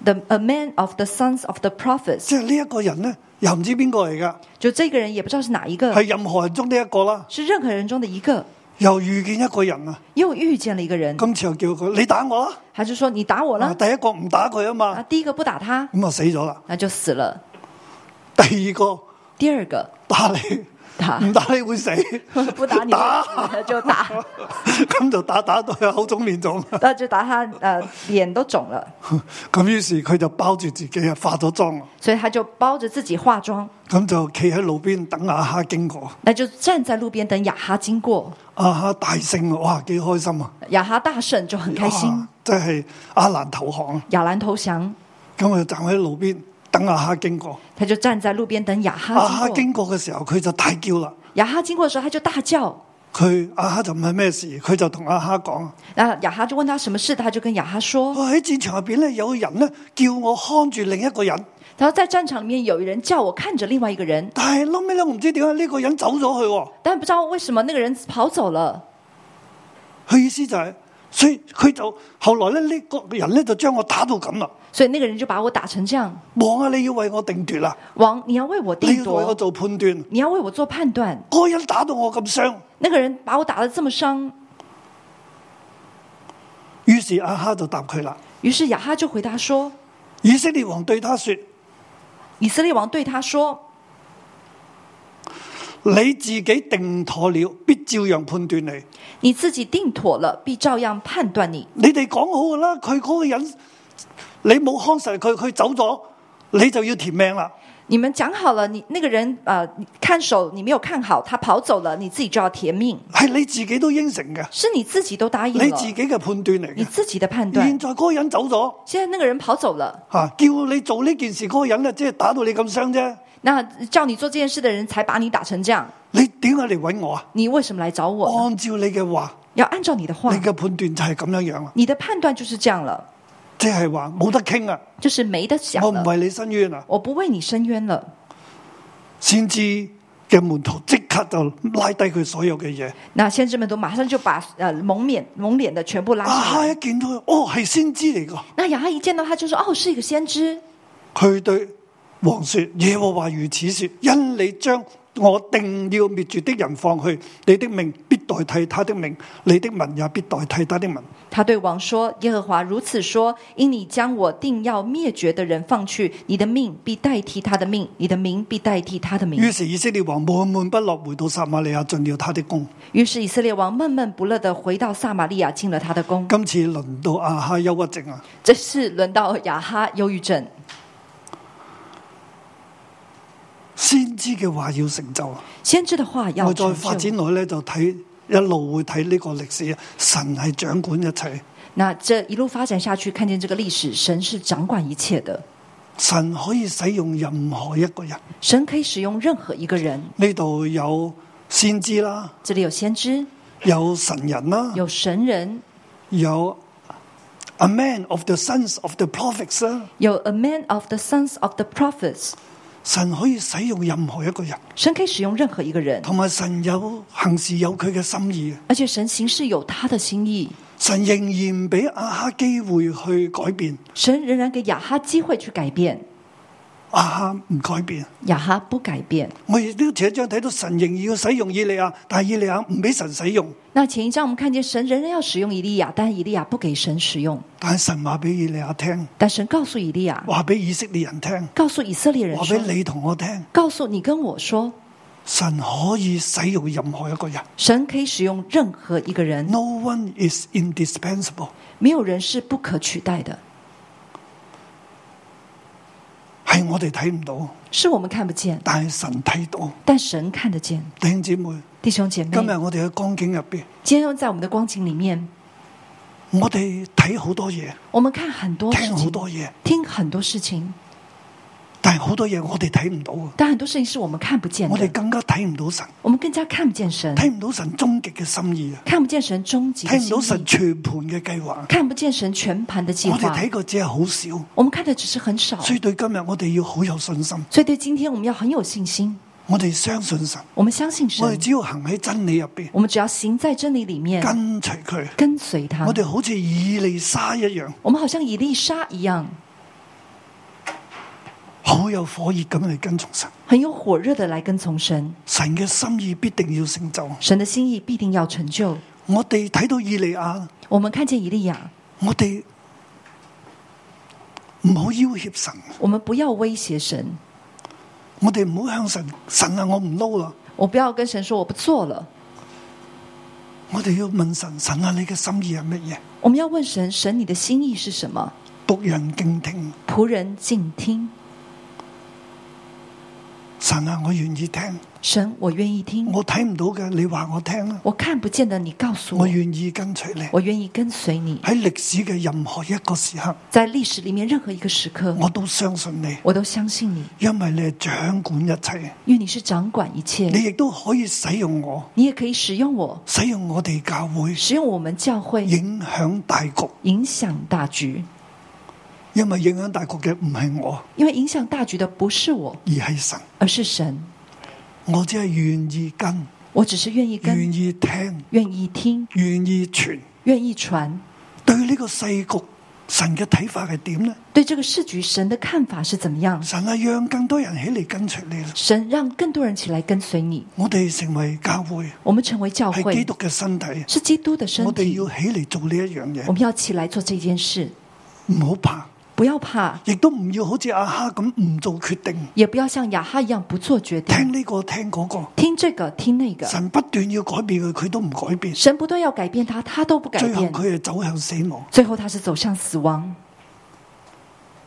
Speaker 3: The a man of the sons of the prophets，
Speaker 2: 即系呢一個人呢，又唔知邊個嚟噶，
Speaker 3: 就这个人也不知道是哪一个，
Speaker 2: 係任何人中呢一個啦，
Speaker 3: 是任何人中的一个。
Speaker 2: 又遇見一個人啊，
Speaker 3: 又遇见了一个人，
Speaker 2: 今次又叫佢你打我啦，
Speaker 3: 他就说：“你打我
Speaker 2: 啊
Speaker 3: 了。
Speaker 2: 第一個唔打佢啊”
Speaker 3: 啊，
Speaker 2: 嘛，
Speaker 3: 第一个不打他，
Speaker 2: 咁啊死咗啦，
Speaker 3: 那就死了。
Speaker 2: 第二個
Speaker 3: 第二个
Speaker 2: 打你，
Speaker 3: [LAUGHS] 打
Speaker 2: 唔打你會死，
Speaker 3: 不打你
Speaker 2: 打
Speaker 3: 就 [LAUGHS] 打，
Speaker 2: 咁就打打到佢口腫面腫啦，
Speaker 3: 那就打他呃脸都肿了，
Speaker 2: [LAUGHS] 咁於是佢就包住自己啊，化咗妝啊，
Speaker 3: 所以他就包着自己化妆，
Speaker 2: 咁就企喺路邊等亞哈經過。
Speaker 3: 那就站在路边等雅哈经过。
Speaker 2: 啊哈大勝啊！哇，幾開心啊！
Speaker 3: 雅哈大胜就很开心
Speaker 2: 啊，即係阿蘭投降啊！
Speaker 3: 亚兰投降，
Speaker 2: 咁佢站喺路邊等阿哈經過。
Speaker 3: 他就站在路边等雅
Speaker 2: 阿
Speaker 3: 哈
Speaker 2: 哈
Speaker 3: 啊经
Speaker 2: 經
Speaker 3: 过。
Speaker 2: 過嘅時候，佢就大叫啦。
Speaker 3: 雅哈经过的时候，他就大叫。
Speaker 2: 佢阿哈就唔係咩事，佢就同阿哈講：啊
Speaker 3: 那雅哈就問他什么事，他就跟雅哈
Speaker 2: 我
Speaker 3: 说，
Speaker 2: 喺戰場入邊咧，有人咧叫我看住另一個人，
Speaker 3: 他说在战场里面有人叫我看着另外一个人，
Speaker 2: 但係後尾咧，我唔知點解呢個人走咗去喎。
Speaker 3: 但不知道为什么那个人跑走了。
Speaker 2: 佢意思就係、所以佢就後來咧，呢、個人咧就將我打到咁啦。
Speaker 3: 所以那個人就把我打成這樣。
Speaker 2: 王啊，你要為我定奪啦，
Speaker 3: 王，你要为我
Speaker 2: 你
Speaker 3: 定
Speaker 2: 要為哎我
Speaker 3: 奪，
Speaker 2: 做判斷。
Speaker 3: 你要为我做判斷。
Speaker 2: 嗰個人打到我咁傷，
Speaker 3: 那個人把我打得這麼傷，
Speaker 2: 於是阿哈就答佢啦。
Speaker 3: 於是雅哈就回答說：
Speaker 2: 以色列王對他說：
Speaker 3: 以色列王對他說，
Speaker 2: 你自己定妥了，必照樣判斷你。
Speaker 3: 你自己定妥了，必照樣判斷你。
Speaker 2: 你哋講好噶啦，佢嗰個人你冇看實佢，佢走咗，你就要填命啦。
Speaker 3: 你們講好了，你那個人呃看守你沒有看好，他跑走了，你自己就要填命，
Speaker 2: 係你自己都應承嘅，
Speaker 3: 是你自己都答應
Speaker 2: 你
Speaker 3: 了
Speaker 2: 自己，嘅判斷嚟
Speaker 3: 你
Speaker 2: 嘅。
Speaker 3: 自己的判斷
Speaker 2: 現。在嗰個人走咗，
Speaker 3: 现在那个人跑走了，
Speaker 2: 吓、叫你做呢件事，嗰、個人咧即係打到你咁傷啫。
Speaker 3: 那叫你做这件事的人才把你打成这样，
Speaker 2: 你點解嚟揾我啊？
Speaker 3: 你为什么来找我啊呢？
Speaker 2: 按照你嘅話，
Speaker 3: 要按照你的
Speaker 2: 你
Speaker 3: 话，
Speaker 2: 嘅判斷就係咁啊樣樣啦，
Speaker 3: 你的判断就是这样了，
Speaker 2: 即係話冇得傾啊！
Speaker 3: 就是没得想
Speaker 2: 我唔
Speaker 3: 了。
Speaker 2: 為你申冤啊！
Speaker 3: 我不为你伸冤了。
Speaker 2: 先知嘅門徒即刻就拉低佢所有嘅嘢。
Speaker 3: 那先知们都马上就把呃蒙面蒙脸的全部拉
Speaker 2: 阿
Speaker 3: 下
Speaker 2: 哈
Speaker 3: 来。
Speaker 2: 一見到佢，哦，係先知嚟噶。
Speaker 3: 那雅哈一见到他就说：“哦，是一个先知。
Speaker 2: 佢對王說：耶和華如此說，因你將我定要滅絕的人放去，你的命必代替他的命，你的民也必代替他的民。”
Speaker 3: 他对王说：“耶和华如此说：因你将我定要灭绝的人放去，你的命必代替他的命，你的名必代替他的名
Speaker 2: 於。是以色列王悶悶不樂，回到撒瑪利亞，進了他的宮。”
Speaker 3: 于是以色列王闷闷不乐的回到撒玛利亚，进了他的宫。
Speaker 2: 今次輪到亞哈憂鬱症啊！
Speaker 3: 这是轮到雅哈忧郁症，
Speaker 2: 先知嘅話要成就啊！
Speaker 3: 先知的话要
Speaker 2: 我再
Speaker 3: 成
Speaker 2: 發
Speaker 3: 就。
Speaker 2: 展落去咧，就睇一路會睇呢個歷史啊！神係掌管一切，
Speaker 3: 那这一路发展下去，看见这个历史，神是掌管一切的，
Speaker 2: 神可以使用任何一個人。
Speaker 3: 神可以使用任何一个人。
Speaker 2: 呢度有先知啦，
Speaker 3: 这里有先知，
Speaker 2: 有神人啦，
Speaker 3: 有神人，
Speaker 2: 有 a man of the sons of the prophets 啦，
Speaker 3: 有 a man of the sons of the prophets，
Speaker 2: 神可以使用任何一個人，
Speaker 3: 神可以使用任何一个人，
Speaker 2: 同埋神有行事有佢嘅心意嘅，
Speaker 3: 而且神行事有他的心意，
Speaker 2: 神仍然唔俾亞哈機會去改變，
Speaker 3: 神仍然给雅哈机会去改变，
Speaker 2: 亞哈唔改變。
Speaker 3: 雅哈不改变。
Speaker 2: 我亦都前一章睇到神仍然要使用以利亞，但係以利亞唔俾神使用，
Speaker 3: 那前一章我们看见神仍然要使用以利亚，但以利亚不给神使用，
Speaker 2: 但係神話俾以利亞聽，
Speaker 3: 但神告诉以利亚，
Speaker 2: 話俾以色列人聽，
Speaker 3: 告诉以色列人
Speaker 2: 話
Speaker 3: 说
Speaker 2: 俾，你同我聽，
Speaker 3: 告诉你跟我说，
Speaker 2: 神可以使用任何一個人。
Speaker 3: 神可以使用任何一个人，
Speaker 2: No one is indispensable，
Speaker 3: 没有人是不可取代的，
Speaker 2: 係我哋睇唔到，
Speaker 3: 是我们看不见，
Speaker 2: 但係神睇到。
Speaker 3: 但神看得见。
Speaker 2: 弟兄姊妹，
Speaker 3: 弟兄姐妹，
Speaker 2: 今日我哋嘅光景入边，
Speaker 3: 今天在我们的光景里面，
Speaker 2: 我哋睇好多嘢，
Speaker 3: 我们看很多事
Speaker 2: 聽好
Speaker 3: 情，
Speaker 2: 多嘢，
Speaker 3: 听很多事情，
Speaker 2: 但係好多嘢我哋睇唔到啊，
Speaker 3: 但很多事情是我们看不见
Speaker 2: 我哋
Speaker 3: 的，
Speaker 2: 更加睇唔到神，
Speaker 3: 我们更加看不见神，
Speaker 2: 睇唔到神終極嘅心意啊，
Speaker 3: 看不见神终极的
Speaker 2: 睇唔到
Speaker 3: 心
Speaker 2: 神
Speaker 3: 意，
Speaker 2: 全盤嘅計劃。
Speaker 3: 看不见神全盘的计
Speaker 2: 我哋
Speaker 3: 划。
Speaker 2: 睇過只係好少，
Speaker 3: 我们看的只是很少，
Speaker 2: 所以對今日我哋要好有信心，
Speaker 3: 所以对今天我们要很有信心，
Speaker 2: 我哋相信神，
Speaker 3: 我们相信
Speaker 2: 我哋
Speaker 3: 神，
Speaker 2: 只要行喺真理入边，
Speaker 3: 我们只要行在真理里面，
Speaker 2: 跟隨佢，
Speaker 3: 跟随他
Speaker 2: 我。哋好似以利沙一樣，
Speaker 3: 我们好像以丽莎一样，
Speaker 2: 好有火熱咁嚟跟從神，
Speaker 3: 很有火热的来跟从神，
Speaker 2: 神嘅心意必定要成就。
Speaker 3: 神的心意必定要成就。
Speaker 2: 我哋睇到以利亞，
Speaker 3: 我们看见以利亚，
Speaker 2: 我哋唔好要挟神，
Speaker 3: 我们不要威胁神，
Speaker 2: 我哋唔好向神，神啊，我唔撈啦。
Speaker 3: 我不要跟神说我不做了。
Speaker 2: 我哋要問神，神啊，你嘅心意係乜嘢？
Speaker 3: 我们要问神，神你的心意是什么？
Speaker 2: 仆人敬聽，
Speaker 3: 仆人静听，
Speaker 2: 神啊，我願意聽。
Speaker 3: 神我願意听，
Speaker 2: 我睇唔到嘅，你話我聽啦。
Speaker 3: 我看不见的你告诉
Speaker 2: 我
Speaker 3: 我，
Speaker 2: 願意跟隨你。
Speaker 3: 我願意跟随你。
Speaker 2: 喺歷史嘅任何一個時刻，
Speaker 3: 在历史里面任何一个时刻，
Speaker 2: 我都相信你，
Speaker 3: 我都相信你，
Speaker 2: 因為你係掌管一切，
Speaker 3: 因为你是掌管一切，
Speaker 2: 你亦都可以使用我，
Speaker 3: 你也可以使用我，
Speaker 2: 使用我哋教會，
Speaker 3: 使用我们教会，
Speaker 2: 影響大局。
Speaker 3: 影響大局。
Speaker 2: 因為影響大局嘅唔係我，
Speaker 3: 因为影響大局的不是我，
Speaker 2: 而係神。
Speaker 3: 而是神。
Speaker 2: 我只係願意跟，
Speaker 3: 我只是願意跟，
Speaker 2: 願意聽，
Speaker 3: 願意听，
Speaker 2: 願意傳。
Speaker 3: 願意传。
Speaker 2: 對呢個世局，神嘅睇法係點呢？
Speaker 3: 对这个市局，神的看法是怎么样？
Speaker 2: 神啊，讓更多人起嚟跟隨你啦。
Speaker 3: 神让更多人起来跟随你，
Speaker 2: 我哋成為教會，
Speaker 3: 我们成为教
Speaker 2: 係基
Speaker 3: 会
Speaker 2: 督，嘅身體。
Speaker 3: 是基督的身
Speaker 2: 我哋
Speaker 3: 体
Speaker 2: 要。起嚟做呢一樣嘢，
Speaker 3: 我们要起来做这件事，
Speaker 2: 唔好怕，
Speaker 3: 不要怕，
Speaker 2: 亦都唔要好似阿哈咁唔做決定，
Speaker 3: 也不要像雅哈一样不做决定，
Speaker 2: 聽呢、個聽嗰、個。
Speaker 3: 听这个听那个。
Speaker 2: 神不斷要改變佢，佢都唔改變，
Speaker 3: 神不断要改变他，他都不改
Speaker 2: 最後
Speaker 3: 变，
Speaker 2: 佢係走向死亡。
Speaker 3: 最后他是走向死亡。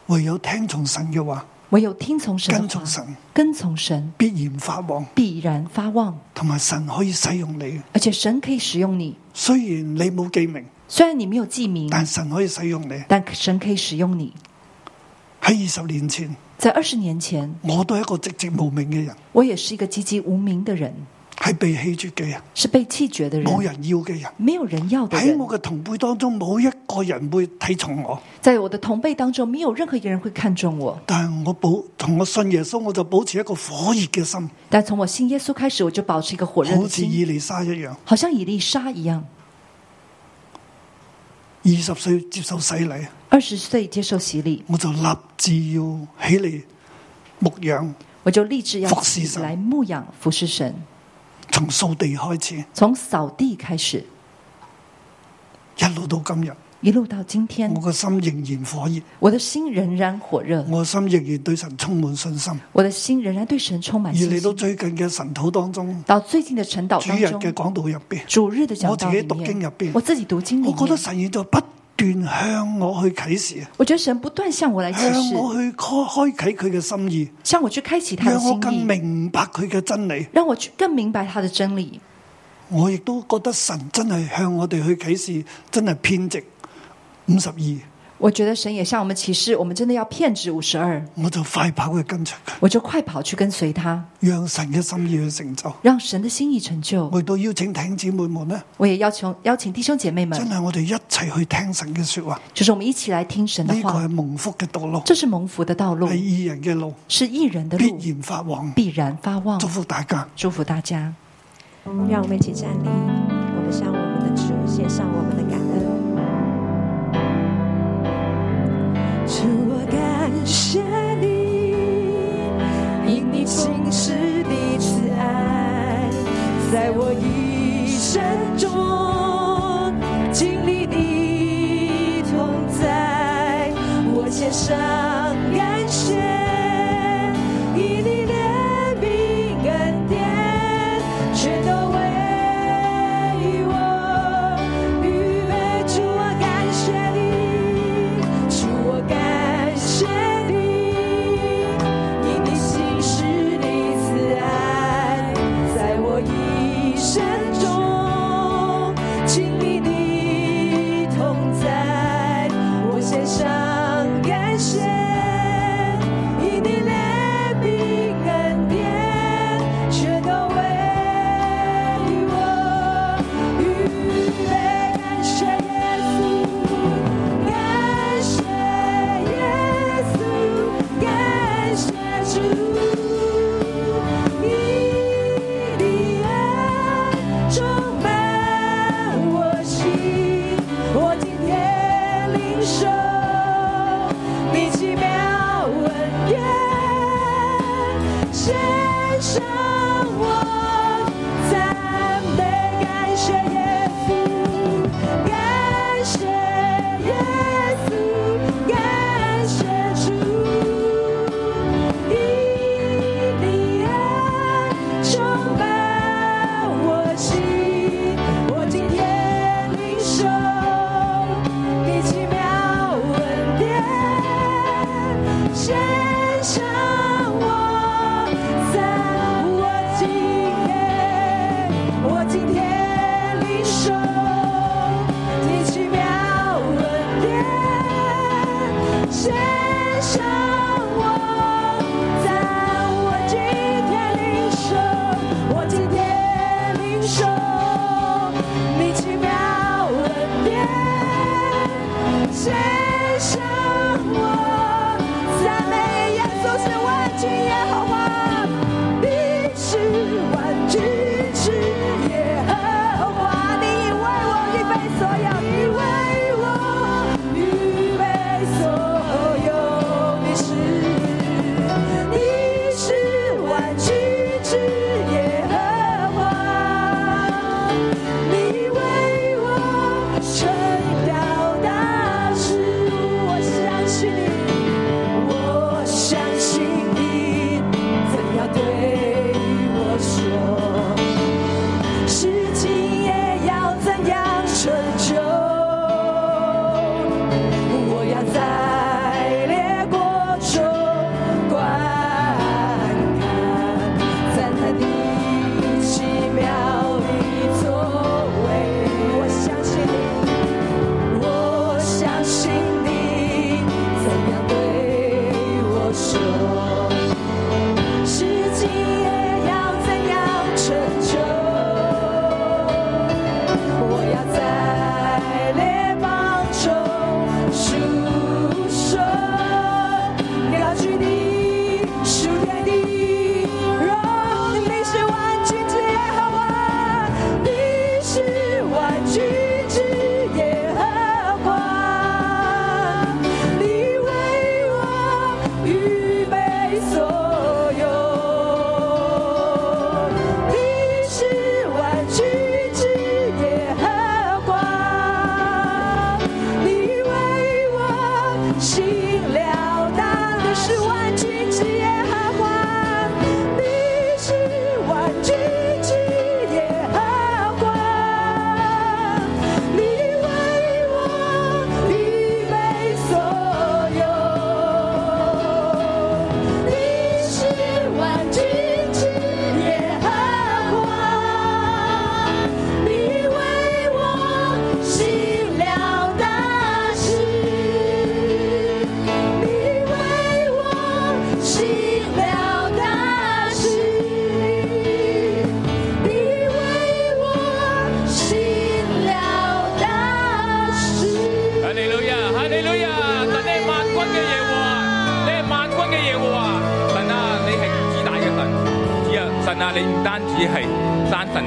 Speaker 2: 唯有聽從神嘅話，
Speaker 3: 唯有听从神的
Speaker 2: 跟
Speaker 3: 话，
Speaker 2: 從神
Speaker 3: 跟从神
Speaker 2: 必然發旺，
Speaker 3: 必然发旺，
Speaker 2: 同埋神可以使用你。
Speaker 3: 而且神可以使用你。
Speaker 2: 雖然你冇記名，
Speaker 3: 虽然你没有记名，
Speaker 2: 但神可以使用你。
Speaker 3: 但神可以使用你。
Speaker 2: 喺二十年前，
Speaker 3: 在二十年前，
Speaker 2: 我都係一個寂寂無名嘅人，
Speaker 3: 我也是一个籍籍无名的人，
Speaker 2: 係被棄絕嘅人，
Speaker 3: 是被弃绝的人，
Speaker 2: 冇人要嘅人。
Speaker 3: 没有人要的
Speaker 2: 喺
Speaker 3: 嗯人
Speaker 2: 我。嘅同輩當中，冇一個人會睇重我。
Speaker 3: 在我的同辈当中，没有任何一个人会看重我。
Speaker 2: 但係我保同我信耶穌，我就保持一個火熱嘅心，
Speaker 3: 但从我信耶稣开始，我就保持一个火热
Speaker 2: 好
Speaker 3: 的
Speaker 2: 似
Speaker 3: 心，
Speaker 2: 以利沙一樣。
Speaker 3: 好像以丽莎一样，
Speaker 2: 二十歲接受洗禮，
Speaker 3: 二十岁接受洗礼，
Speaker 2: 我就立志要起嚟牧養，
Speaker 3: 我就立志要
Speaker 2: 服侍神
Speaker 3: 来牧养服侍神，
Speaker 2: 從掃地開始，
Speaker 3: 从扫地开始，
Speaker 2: 一路到今日，
Speaker 3: 一路到今天
Speaker 2: 我，個心仍然火熱，
Speaker 3: 我的心仍然火热，
Speaker 2: 我個心仍然對神充滿信心。
Speaker 3: 我的心仍然对神充
Speaker 2: 而
Speaker 3: 满信
Speaker 2: 嚟到
Speaker 3: 心。
Speaker 2: 最近嘅神土當中，
Speaker 3: 到最近的晨祷
Speaker 2: 主日
Speaker 3: 当
Speaker 2: 嘅
Speaker 3: 中，
Speaker 2: 講道入邊，
Speaker 3: 主日的讲道里
Speaker 2: 我自己读经入边
Speaker 3: 面，我自己读经里
Speaker 2: 我覺得
Speaker 3: 面，
Speaker 2: 神現在不斷向我去啟示，
Speaker 3: 我觉得神不断向我来启
Speaker 2: 向
Speaker 3: 示，
Speaker 2: 我去開開啟佢嘅心意，
Speaker 3: 向我去开启他的
Speaker 2: 讓我
Speaker 3: 心
Speaker 2: 更
Speaker 3: 意，
Speaker 2: 明白佢嘅真理。
Speaker 3: 让我去更明白他的真理。
Speaker 2: 我亦都覺得神真係向我哋去啟示，真係偏直五十二，
Speaker 3: 我觉得神也向我们启示，我们真的要骗指五十二，
Speaker 2: 我就快跑去跟隨佢，
Speaker 3: 我就快跑去跟随他，
Speaker 2: 讓神嘅心意去成就。
Speaker 3: 让神的心意成就。
Speaker 2: 我亦都邀請弟兄姊妹們呢，
Speaker 3: 我也要求邀请弟兄姐妹
Speaker 2: 真
Speaker 3: 们，
Speaker 2: 係我哋一齊去聽神嘅说話。
Speaker 3: 就是我们一起来听神的
Speaker 2: 呢個
Speaker 3: 话
Speaker 2: 係。蒙福嘅道路，
Speaker 3: 这是蒙福的道路
Speaker 2: 係，義人嘅路，
Speaker 3: 是一人
Speaker 2: Dạ,
Speaker 3: 的路，
Speaker 2: 必然發旺。
Speaker 3: 必然发旺
Speaker 2: 祝。福大家。
Speaker 3: 祝福大家。
Speaker 4: 让我们一起站立，我们向我们的主献上我们的感恩。主，我感谢你，因你信实的慈爱，在我一生中经历你同在，我献上感谢，因你怜悯恩典，全都为我预备。主，我感谢你，主，我感谢你，因你心事的慈爱，在我一生中经历你同在，我献上感谢，因你怜上我，在我今天，我今天领受你奇妙恩典，献上我，在我今天领受，我今天领受你奇妙恩典。献上我，赞美耶稣是万军耶和华，你是万军之耶和华，你为我预备所有，你为我预备所有，你是你是万军之耶和华。你为我撑到大事，我相信你，我相信你，怎样对我说，事情也要怎样成就。我要在烈火中观看，赞叹你奇妙的作为。我相信你，我相信你，怎样对我说？事情也要怎样成就？我要在列邦中述说，高举你属天的荣你是万军之耶和华，你是万军之耶和华，你为我预备所有，你是万军之耶和华，你为我心了当，你是万军之耶和华，你是万军之耶和华，你为我预备所有，你是万军之耶和华，你为我行了大事，你为我行了大事，你为我行了大事。
Speaker 5: 哈利路亞，哈利路亞！神你係萬軍嘅耶和華，你係萬軍嘅耶和華。神啊，你係至大嘅神，主啊，神啊，你唔單止係山神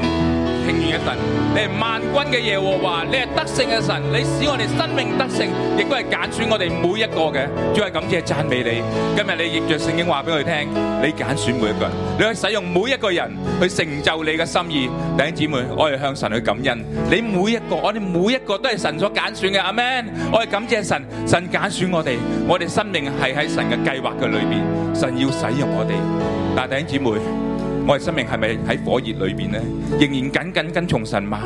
Speaker 5: 平原嘅神，你係萬軍嘅耶和華，你係得勝嘅神，你使我哋生命得勝，亦都係揀選我哋每一個嘅。主啊，感謝讚美你。今日你逆着聖經話俾我哋聽，你揀選每一個人，你去使用每一個人去成就你嘅心意。弟兄姊妹，我哋向神去感恩。你每一個，我哋每一個都係神所揀選嘅。阿 Man，我哋感謝神，神揀選我哋，我哋生命係喺神嘅計劃嘅裏邊，神要使用我哋。但係弟兄姊妹，我哋生命係咪喺火熱裏邊呢？仍然緊緊跟從神嗎？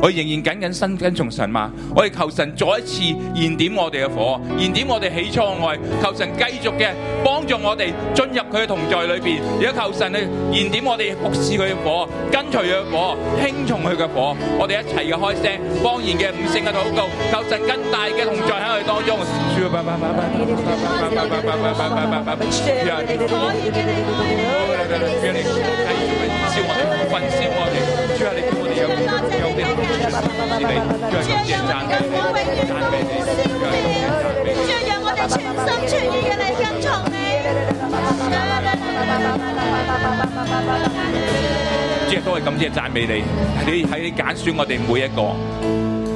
Speaker 5: 我哋仍然緊緊身跟從神嘛，我哋求神再一次燃點我哋嘅火，燃點我哋起初嘅愛，求神繼續嘅幫助我哋進入佢嘅同在裏邊，而家求神去燃點我哋服侍佢嘅火，跟隨佢嘅火，輕重佢嘅火，我哋一齊嘅開聲方言嘅五聲嘅禱告，求神更大嘅同在喺我哋當中。燒我哋，焚燒我哋，主啊，你叫我哋有有啲有啲事你，主啊，感謝讚美你，讚美你，主啊，讚美你。主啊，都係感謝讚美你，你喺你揀選我哋每一個。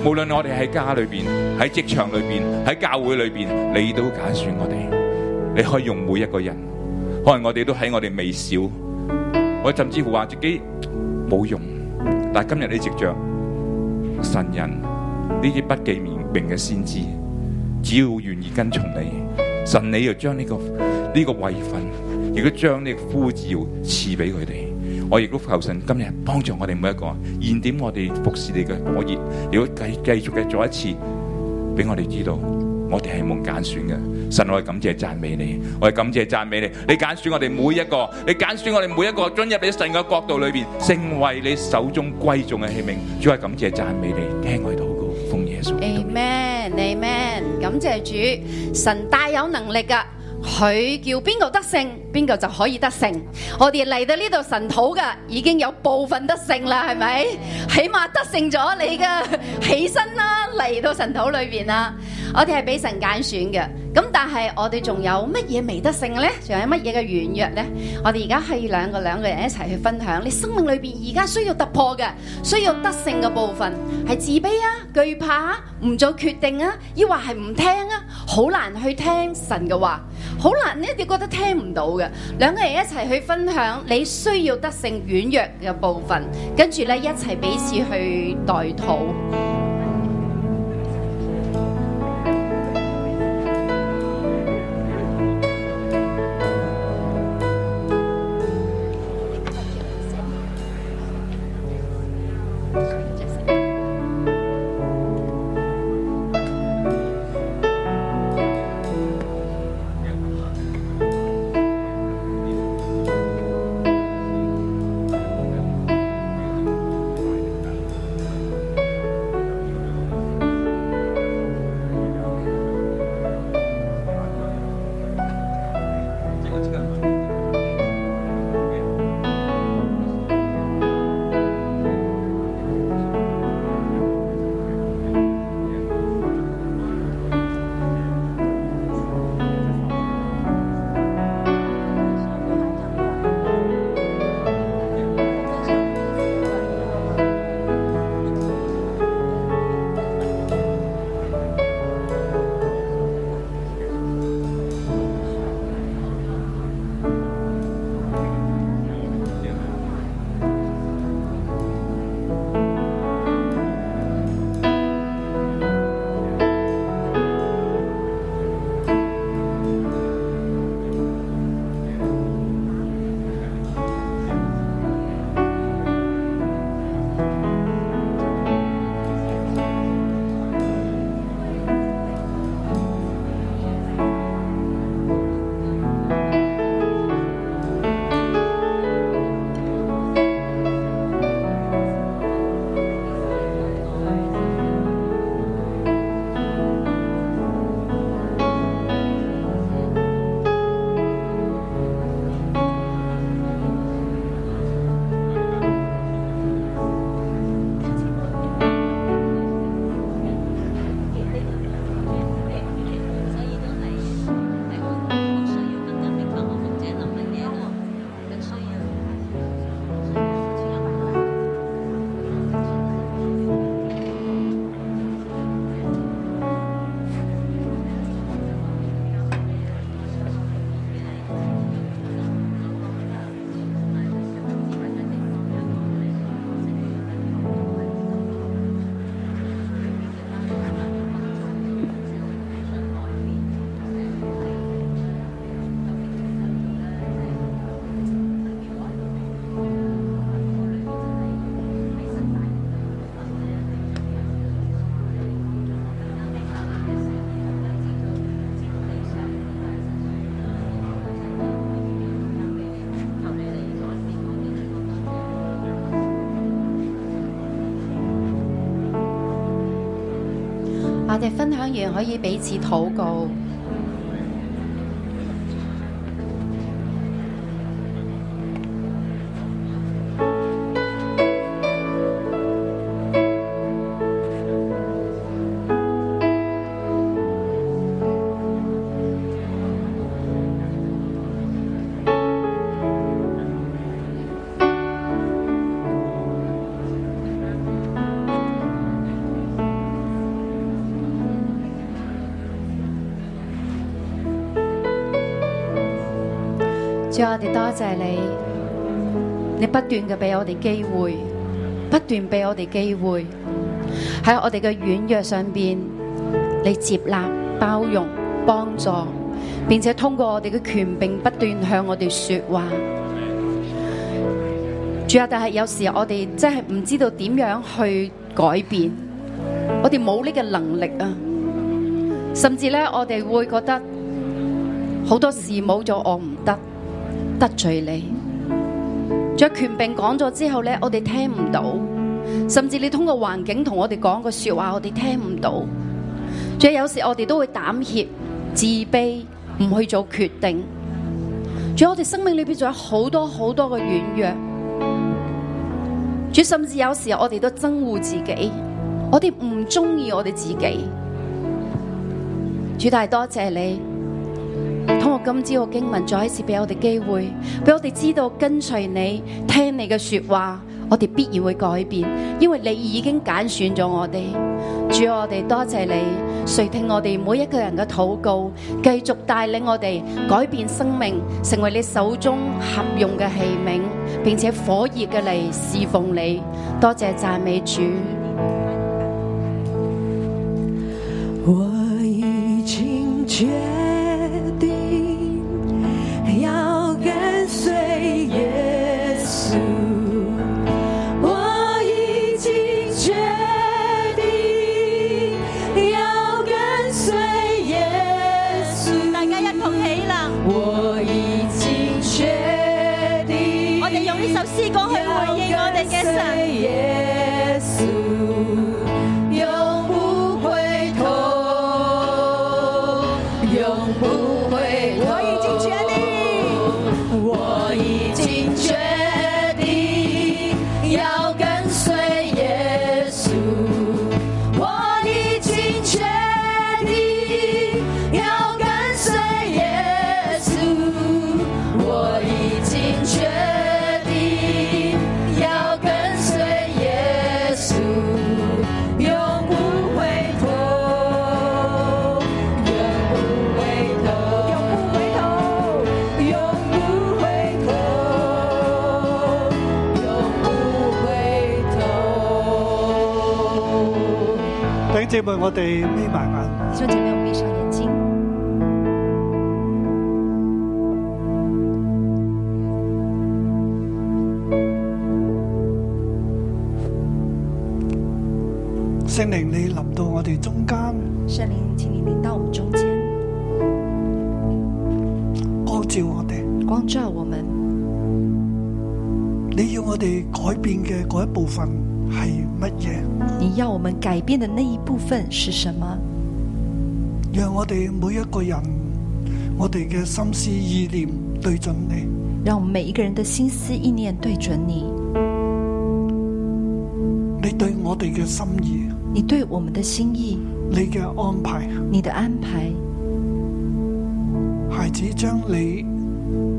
Speaker 5: 無論我哋喺家裏邊、喺職場裏邊、喺教會裏邊，你都揀選我哋。你可以用每一個人，可能我哋都喺我哋微小，我甚至乎話自己冇用，但係今日你藉着神人呢啲不記名名嘅先知，只要願意跟從你，神你就將呢、個呢、個位份，亦都將呢個呼召賜俾佢哋。我亦都求神今日幫助我哋每一個，燃點我哋服侍你嘅火熱，亦都繼繼續嘅再一次俾我哋知道，我哋係蒙揀選嘅，神，我哋感謝讚美你，我哋感謝讚美你。你揀選我哋每一個，你揀選我哋每一個進入你神嘅國度裏邊，成為你手中貴重嘅器皿。主，我哋感謝讚美你，聽我哋禱告，奉耶穌基督。
Speaker 4: Amen, Amen，感謝主，神大有能力噶，佢叫邊個得勝，邊個就可以得勝。我哋嚟到呢度神土噶，已經有部分得勝啦，係咪？起碼得勝咗你嘅起身啦，嚟到神土裏邊啦。我哋係俾神揀選嘅，咁但係我哋仲有乜嘢未得勝呢？仲有乜嘢嘅軟弱呢？我哋而家係兩個兩個人一齊去分享，你生命裏邊而家需要突破嘅，需要得勝嘅部分係自卑啊、懼怕啊、唔做決定啊，抑或係唔聽啊，好難去聽神嘅話，好難呢，你覺得聽唔到嘅。兩個人一齊去分享你需要得勝軟弱嘅部分，跟住呢，一齊彼此去代禱。我哋分享完可以彼此禱告。主，啊我哋多謝你，你不斷嘅俾我哋機會，不斷俾我哋機會，喺我哋嘅軟弱上邊，你接納、包容、幫助，並且通過我哋嘅權柄不斷向我哋說話。主啊，但係有時我哋真係唔知道點樣去改變，我哋冇呢個能力啊，甚至咧我哋會覺得。
Speaker 6: 好多事冇咗我唔得，得罪你。着權柄講咗之後呢，我哋聽唔到，甚至你通過環境同我哋講嘅说話，我哋聽唔到。仲有時我哋都會膽怯、自卑，唔去做決定。仲有我哋生命裏边仲有好多好多嘅軟弱。主甚至有時我哋都憎惡自己，我哋唔中意我哋自己。主大多謝你。通過今朝嘅經文，再一次俾我哋機會，俾我哋知道跟隨你，聽你嘅说話，我哋必然會改變，因為你已經揀選咗我哋。主，我哋多謝你垂聽我哋每一個人嘅禱告，繼續帶領我哋改變生命，成為你手中合用嘅器皿，並且火熱嘅嚟侍奉你。多謝讚美主。
Speaker 4: 我已经决定要跟随耶稣，我已经决定要跟随耶稣。大家一同起立。我已经决定。我哋用呢首诗歌去回应我哋嘅神。耶稣。永不回头，永不回头。我已经决定，我已经决定要跟随耶稣。我已经决定要跟随耶稣。我已经决定要跟随耶稣。永不回头，永不回头，永不回头，永不回头，永不回头。
Speaker 2: 弟兄姊妹，我哋眯埋眼。
Speaker 3: 弟兄姐妹，我们闭上眼睛，
Speaker 2: 圣灵，你临到我哋中间，
Speaker 3: 圣灵，请你临到我们中间，
Speaker 2: 光照我哋。
Speaker 3: 光照我们。
Speaker 2: 你要我哋改变嘅嗰一部分系乜嘢？
Speaker 3: 你要我们改变的那一部分是什么？
Speaker 2: 让我哋每一个人，我哋嘅心思意念对准你，
Speaker 3: 让我们每一个人的心思意念对准你，
Speaker 2: 你对我哋嘅心意，
Speaker 3: 你对我们的心意，
Speaker 2: 你嘅安排。
Speaker 3: 你的安排。
Speaker 2: 孩子将你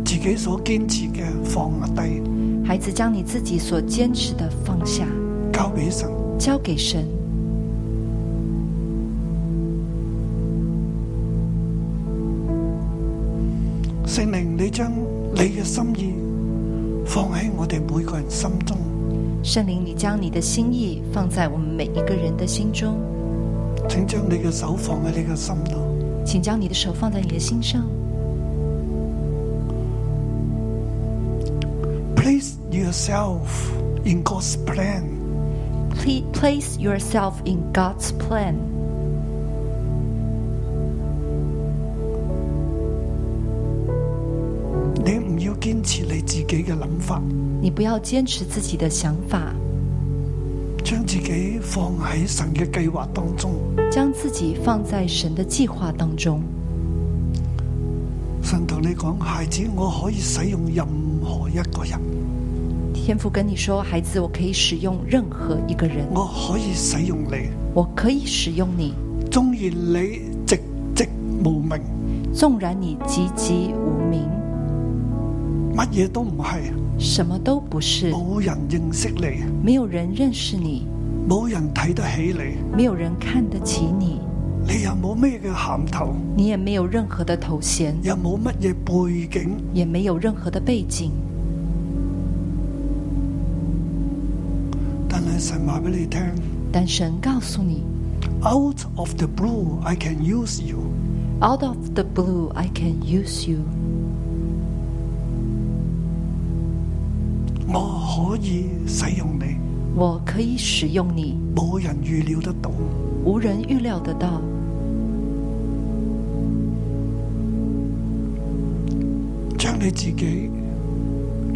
Speaker 2: 自己所坚持嘅放低，
Speaker 3: 孩子将你自己所坚持的放下，
Speaker 2: 交俾神。
Speaker 3: 交给神。
Speaker 2: 圣灵，你将你嘅心意放喺我哋每个人心中，
Speaker 3: 圣灵，你将你的心意放在我们每一个人的心中，
Speaker 2: 请将你嘅手放喺你嘅心度。
Speaker 3: 请将你的手放在你的心上。
Speaker 2: Place yourself in God's plan.
Speaker 3: Pl- Place yourself in God's plan。
Speaker 2: 你唔要堅持你自己嘅諗法，
Speaker 3: 你不要坚持自己的想法，
Speaker 2: 將自己放喺神嘅計劃當中。
Speaker 3: 将自己放在神的计划当中。
Speaker 2: 神同你講，孩子，我可以使用任何一個人，
Speaker 3: 天父跟你说，孩子，我可以使用任何一个人，
Speaker 2: 我可以使用你，
Speaker 3: 我可以使用你，
Speaker 2: 縱然你籍籍無名，
Speaker 3: 纵然你籍籍无名，
Speaker 2: 乜嘢都唔係，
Speaker 3: 什么都不是，
Speaker 2: 冇人認識你，
Speaker 3: 没有人认识你，
Speaker 2: 冇人睇得起你，
Speaker 3: 没有人看得起你，
Speaker 2: 你又冇咩嘅銜頭，
Speaker 3: 你也没有任何的头衔，
Speaker 2: 又冇乜嘢背景，
Speaker 3: 也没有任何的背景。
Speaker 2: 但係神話俾你聽
Speaker 3: 但神告诉你
Speaker 2: ，out of the blue I can use you。
Speaker 3: ，Out of the blue, I can use you。
Speaker 2: 我可以使用你，
Speaker 3: 我可以使用你，
Speaker 2: 冇人預料得到。
Speaker 3: 无人预料得到。
Speaker 2: 将你自己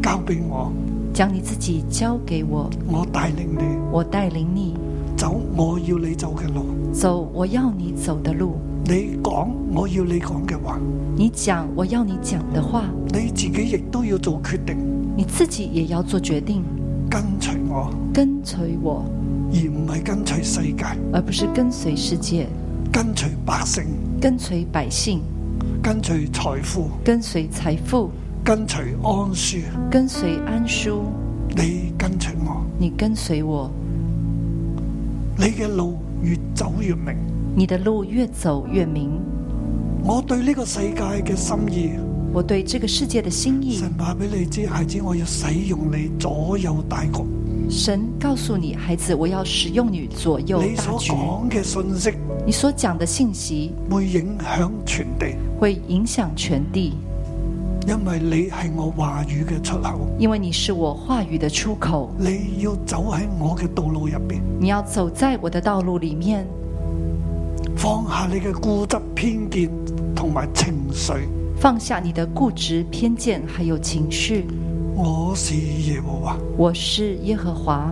Speaker 2: 交俾我，
Speaker 3: 将你自己交给我，
Speaker 2: 我带领你
Speaker 3: 我带领你
Speaker 2: 走我要你走嘅路，
Speaker 3: 走我要你走的路，
Speaker 2: 你讲我要你讲嘅话，
Speaker 3: 你讲我要你讲的话，
Speaker 2: 你自己亦都要做决定，
Speaker 3: 你自己也要做决定，
Speaker 2: 跟随我，
Speaker 3: 跟随我，
Speaker 2: 而唔系跟随世界，
Speaker 3: 而不是跟随世界，
Speaker 2: 跟随百姓，
Speaker 3: 跟随百姓，
Speaker 2: 跟随财富，
Speaker 3: 跟随财富，
Speaker 2: 跟随安舒，
Speaker 3: 跟随安舒。
Speaker 2: 你跟随我，
Speaker 3: 你跟随我，
Speaker 2: 你嘅路越走越明。
Speaker 3: 你的路越走越明。
Speaker 2: 我对呢个世界嘅心意，
Speaker 3: 我对这个世界的心意，
Speaker 2: 神话俾你知，孩子，我要使用你左右大局。
Speaker 3: 神告诉你，孩子，我要使用你左右
Speaker 2: 你
Speaker 3: 大
Speaker 2: 所
Speaker 3: 局。
Speaker 2: 讲嘅信息
Speaker 3: 你所讲的信息
Speaker 2: 会影响全地，
Speaker 3: 会影响全地，
Speaker 2: 因为你系我话语嘅出口。
Speaker 3: 因为你是我话语的出口。
Speaker 2: 你要走喺我嘅道路入边，
Speaker 3: 你要走在我的道路里面，
Speaker 2: 放下你嘅固执、偏见同埋情绪。
Speaker 3: 放下你的固执、偏见还有情绪。
Speaker 2: 我是耶和华，
Speaker 3: 我是耶和华，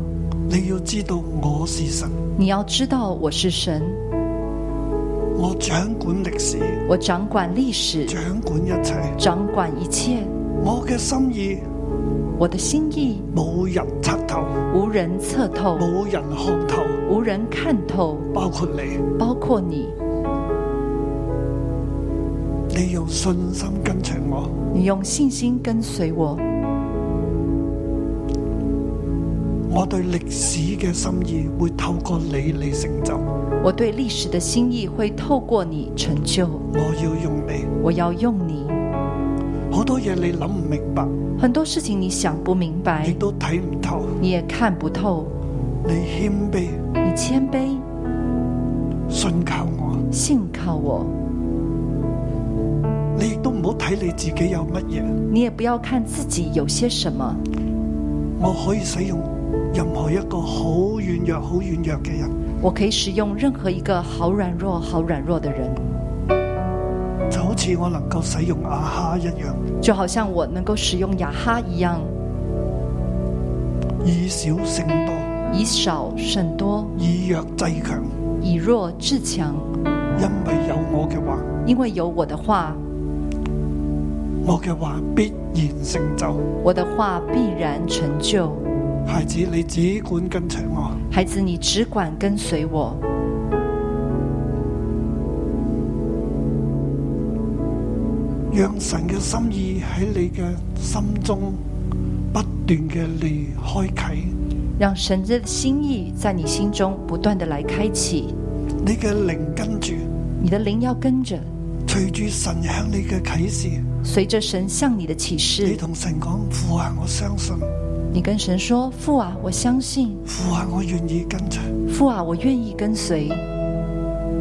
Speaker 2: 你要知道我是神，
Speaker 3: 你要知道我是神，
Speaker 2: 我掌管历史，
Speaker 3: 我掌管历史，
Speaker 2: 掌管一切。
Speaker 3: 掌管一切。
Speaker 2: 我嘅心意
Speaker 3: 我的心意
Speaker 2: 冇人测透，
Speaker 3: 无人测透，
Speaker 2: 冇人看透，
Speaker 3: 无人看透，
Speaker 2: 包括你。
Speaker 3: 包括你。
Speaker 2: 你用信心跟随我，
Speaker 3: 你用信心跟随我，
Speaker 2: 我对历史嘅心意会透过你嚟成就。
Speaker 3: 我对历史的心意会透过你成就。
Speaker 2: 我要用你，
Speaker 3: 我要用你，
Speaker 2: 好多嘢你谂唔明白，
Speaker 3: 很多事情你想不明
Speaker 2: 亦
Speaker 3: 白，
Speaker 2: 都睇唔透。
Speaker 3: 你也看不透。
Speaker 2: 你谦卑，
Speaker 3: 你谦卑，
Speaker 2: 信靠我。
Speaker 3: 信靠我。
Speaker 2: 你亦都唔好睇你自己有乜嘢，
Speaker 3: 你也不要看自己有些什么，
Speaker 2: 我可以使用任何一个好软弱、好软弱嘅人，
Speaker 3: 我可以使用任何一个好软弱、好软弱的人，
Speaker 2: 就好似我能够使用阿哈一样，
Speaker 3: 就好像我能够使用雅哈一样，
Speaker 2: 以少胜多，
Speaker 3: 以少胜多，
Speaker 2: 以弱制强。
Speaker 3: 以弱制强。
Speaker 2: 因为有我嘅话，
Speaker 3: 因为有我的话，
Speaker 2: 我嘅话必然成就。
Speaker 3: 我的话必然成就。
Speaker 2: 孩子，你只管跟隨我，
Speaker 3: 孩子，你只管跟随我，
Speaker 2: 讓神嘅心意喺你嘅心中不斷嘅嚟開啟。
Speaker 3: 让神的心意在你心中不断的来开启。
Speaker 2: 你嘅靈跟住，
Speaker 3: 你的灵要跟着，
Speaker 2: 隨住神向你嘅啟示，
Speaker 3: 随着神向你的启
Speaker 2: 你
Speaker 3: 示，
Speaker 2: 同神講：父啊，我相信；
Speaker 3: 你跟神说：“父啊，我相信；
Speaker 2: 父啊，我願意跟隨。
Speaker 3: 父啊，我愿意跟随。”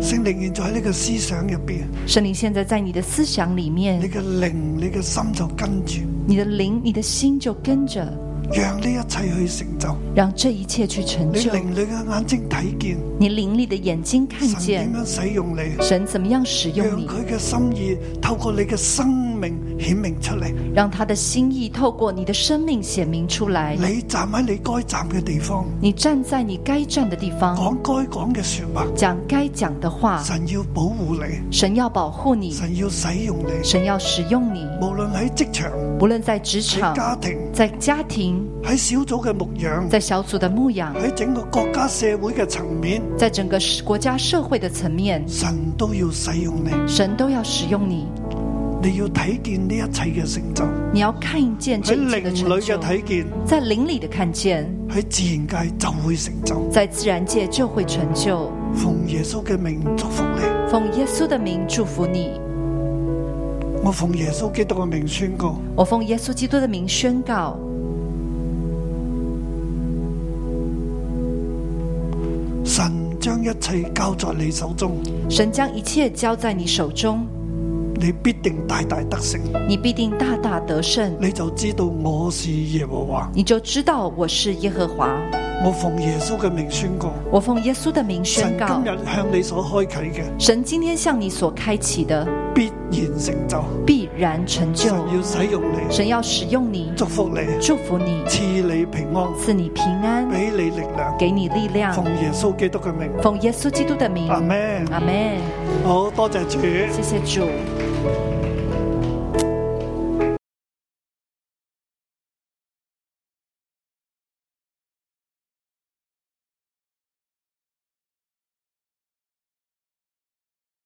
Speaker 2: 聖靈現在喺你嘅思想入邊，
Speaker 3: 圣灵现在在你的思想里
Speaker 2: 你
Speaker 3: 面，
Speaker 2: 嘅靈、你嘅心就跟住，
Speaker 3: 你的灵、你的心就跟着，
Speaker 2: 讓呢一切去成就。
Speaker 3: 让这一切去成
Speaker 2: 你
Speaker 3: 就。
Speaker 2: 靈你嘅眼睛睇見
Speaker 3: 你灵力的眼睛看
Speaker 2: 神
Speaker 3: 见
Speaker 2: 點樣使用你，
Speaker 3: 神怎么样使用
Speaker 2: 讓
Speaker 3: 你，
Speaker 2: 佢嘅心意透過你嘅生命顯明出嚟。
Speaker 3: 让他的心意透过你的生命显明出来。
Speaker 2: 你站喺你該站嘅地方，
Speaker 3: 你站在你该站的地方，
Speaker 2: 講該講嘅说話。
Speaker 3: 讲该讲的话。
Speaker 2: 哦神要保護你，
Speaker 3: 神要保护你，
Speaker 2: 神要使用你，
Speaker 3: 神要使用你，
Speaker 2: 無論喺職場、
Speaker 3: 不论在职
Speaker 2: 喺
Speaker 3: 场、
Speaker 2: 家庭、
Speaker 3: 在家庭、
Speaker 2: 喺小組嘅牧養、
Speaker 3: 在小组的牧养，
Speaker 2: 喺整個國家社會嘅層面，
Speaker 3: 在整个国家社会的层面，
Speaker 2: 神都要使用你。
Speaker 3: 神都要使用你。
Speaker 2: 你要睇見呢一切嘅成就，
Speaker 3: 你要看见这
Speaker 2: 喺
Speaker 3: 一切
Speaker 2: 靈
Speaker 3: 的
Speaker 2: 裏
Speaker 3: 成
Speaker 2: 嘅
Speaker 3: 就，
Speaker 2: 睇見，
Speaker 3: 在灵里的看见，
Speaker 2: 喺自然界就會成就。
Speaker 3: 在自然界就会成就。
Speaker 2: 奉耶穌嘅名祝福你，
Speaker 3: 奉耶稣的名祝福你，
Speaker 2: 我奉耶穌基督嘅名宣告，
Speaker 3: 我奉耶稣基督的名宣告，
Speaker 2: 神將一切交在你手中，
Speaker 3: 神将一切交在你手中，
Speaker 2: 你必定大大得勝。
Speaker 3: 你必定大大得胜。
Speaker 2: 你就知道我是耶和華。
Speaker 3: 你就知道我是耶和华。
Speaker 2: 我奉耶穌嘅名宣告，
Speaker 3: 我奉耶稣的名
Speaker 2: 神
Speaker 3: 宣
Speaker 2: 今
Speaker 3: 告，
Speaker 2: 日向你所開啟嘅
Speaker 3: 神今天向你所开启的
Speaker 2: 必然成就。
Speaker 3: 必然成就
Speaker 2: 神。要使用你，
Speaker 3: 神要使用你，
Speaker 2: 祝福你，
Speaker 3: 祝福你，
Speaker 2: 赐你平安，
Speaker 3: 赐你平安，
Speaker 2: 俾你力量，
Speaker 3: 给你力量
Speaker 2: 奉。耶稣基督嘅名，
Speaker 3: 奉耶稣基督的名，
Speaker 2: 阿 man，
Speaker 3: 阿门。
Speaker 2: 好多謝主。
Speaker 3: 谢谢主。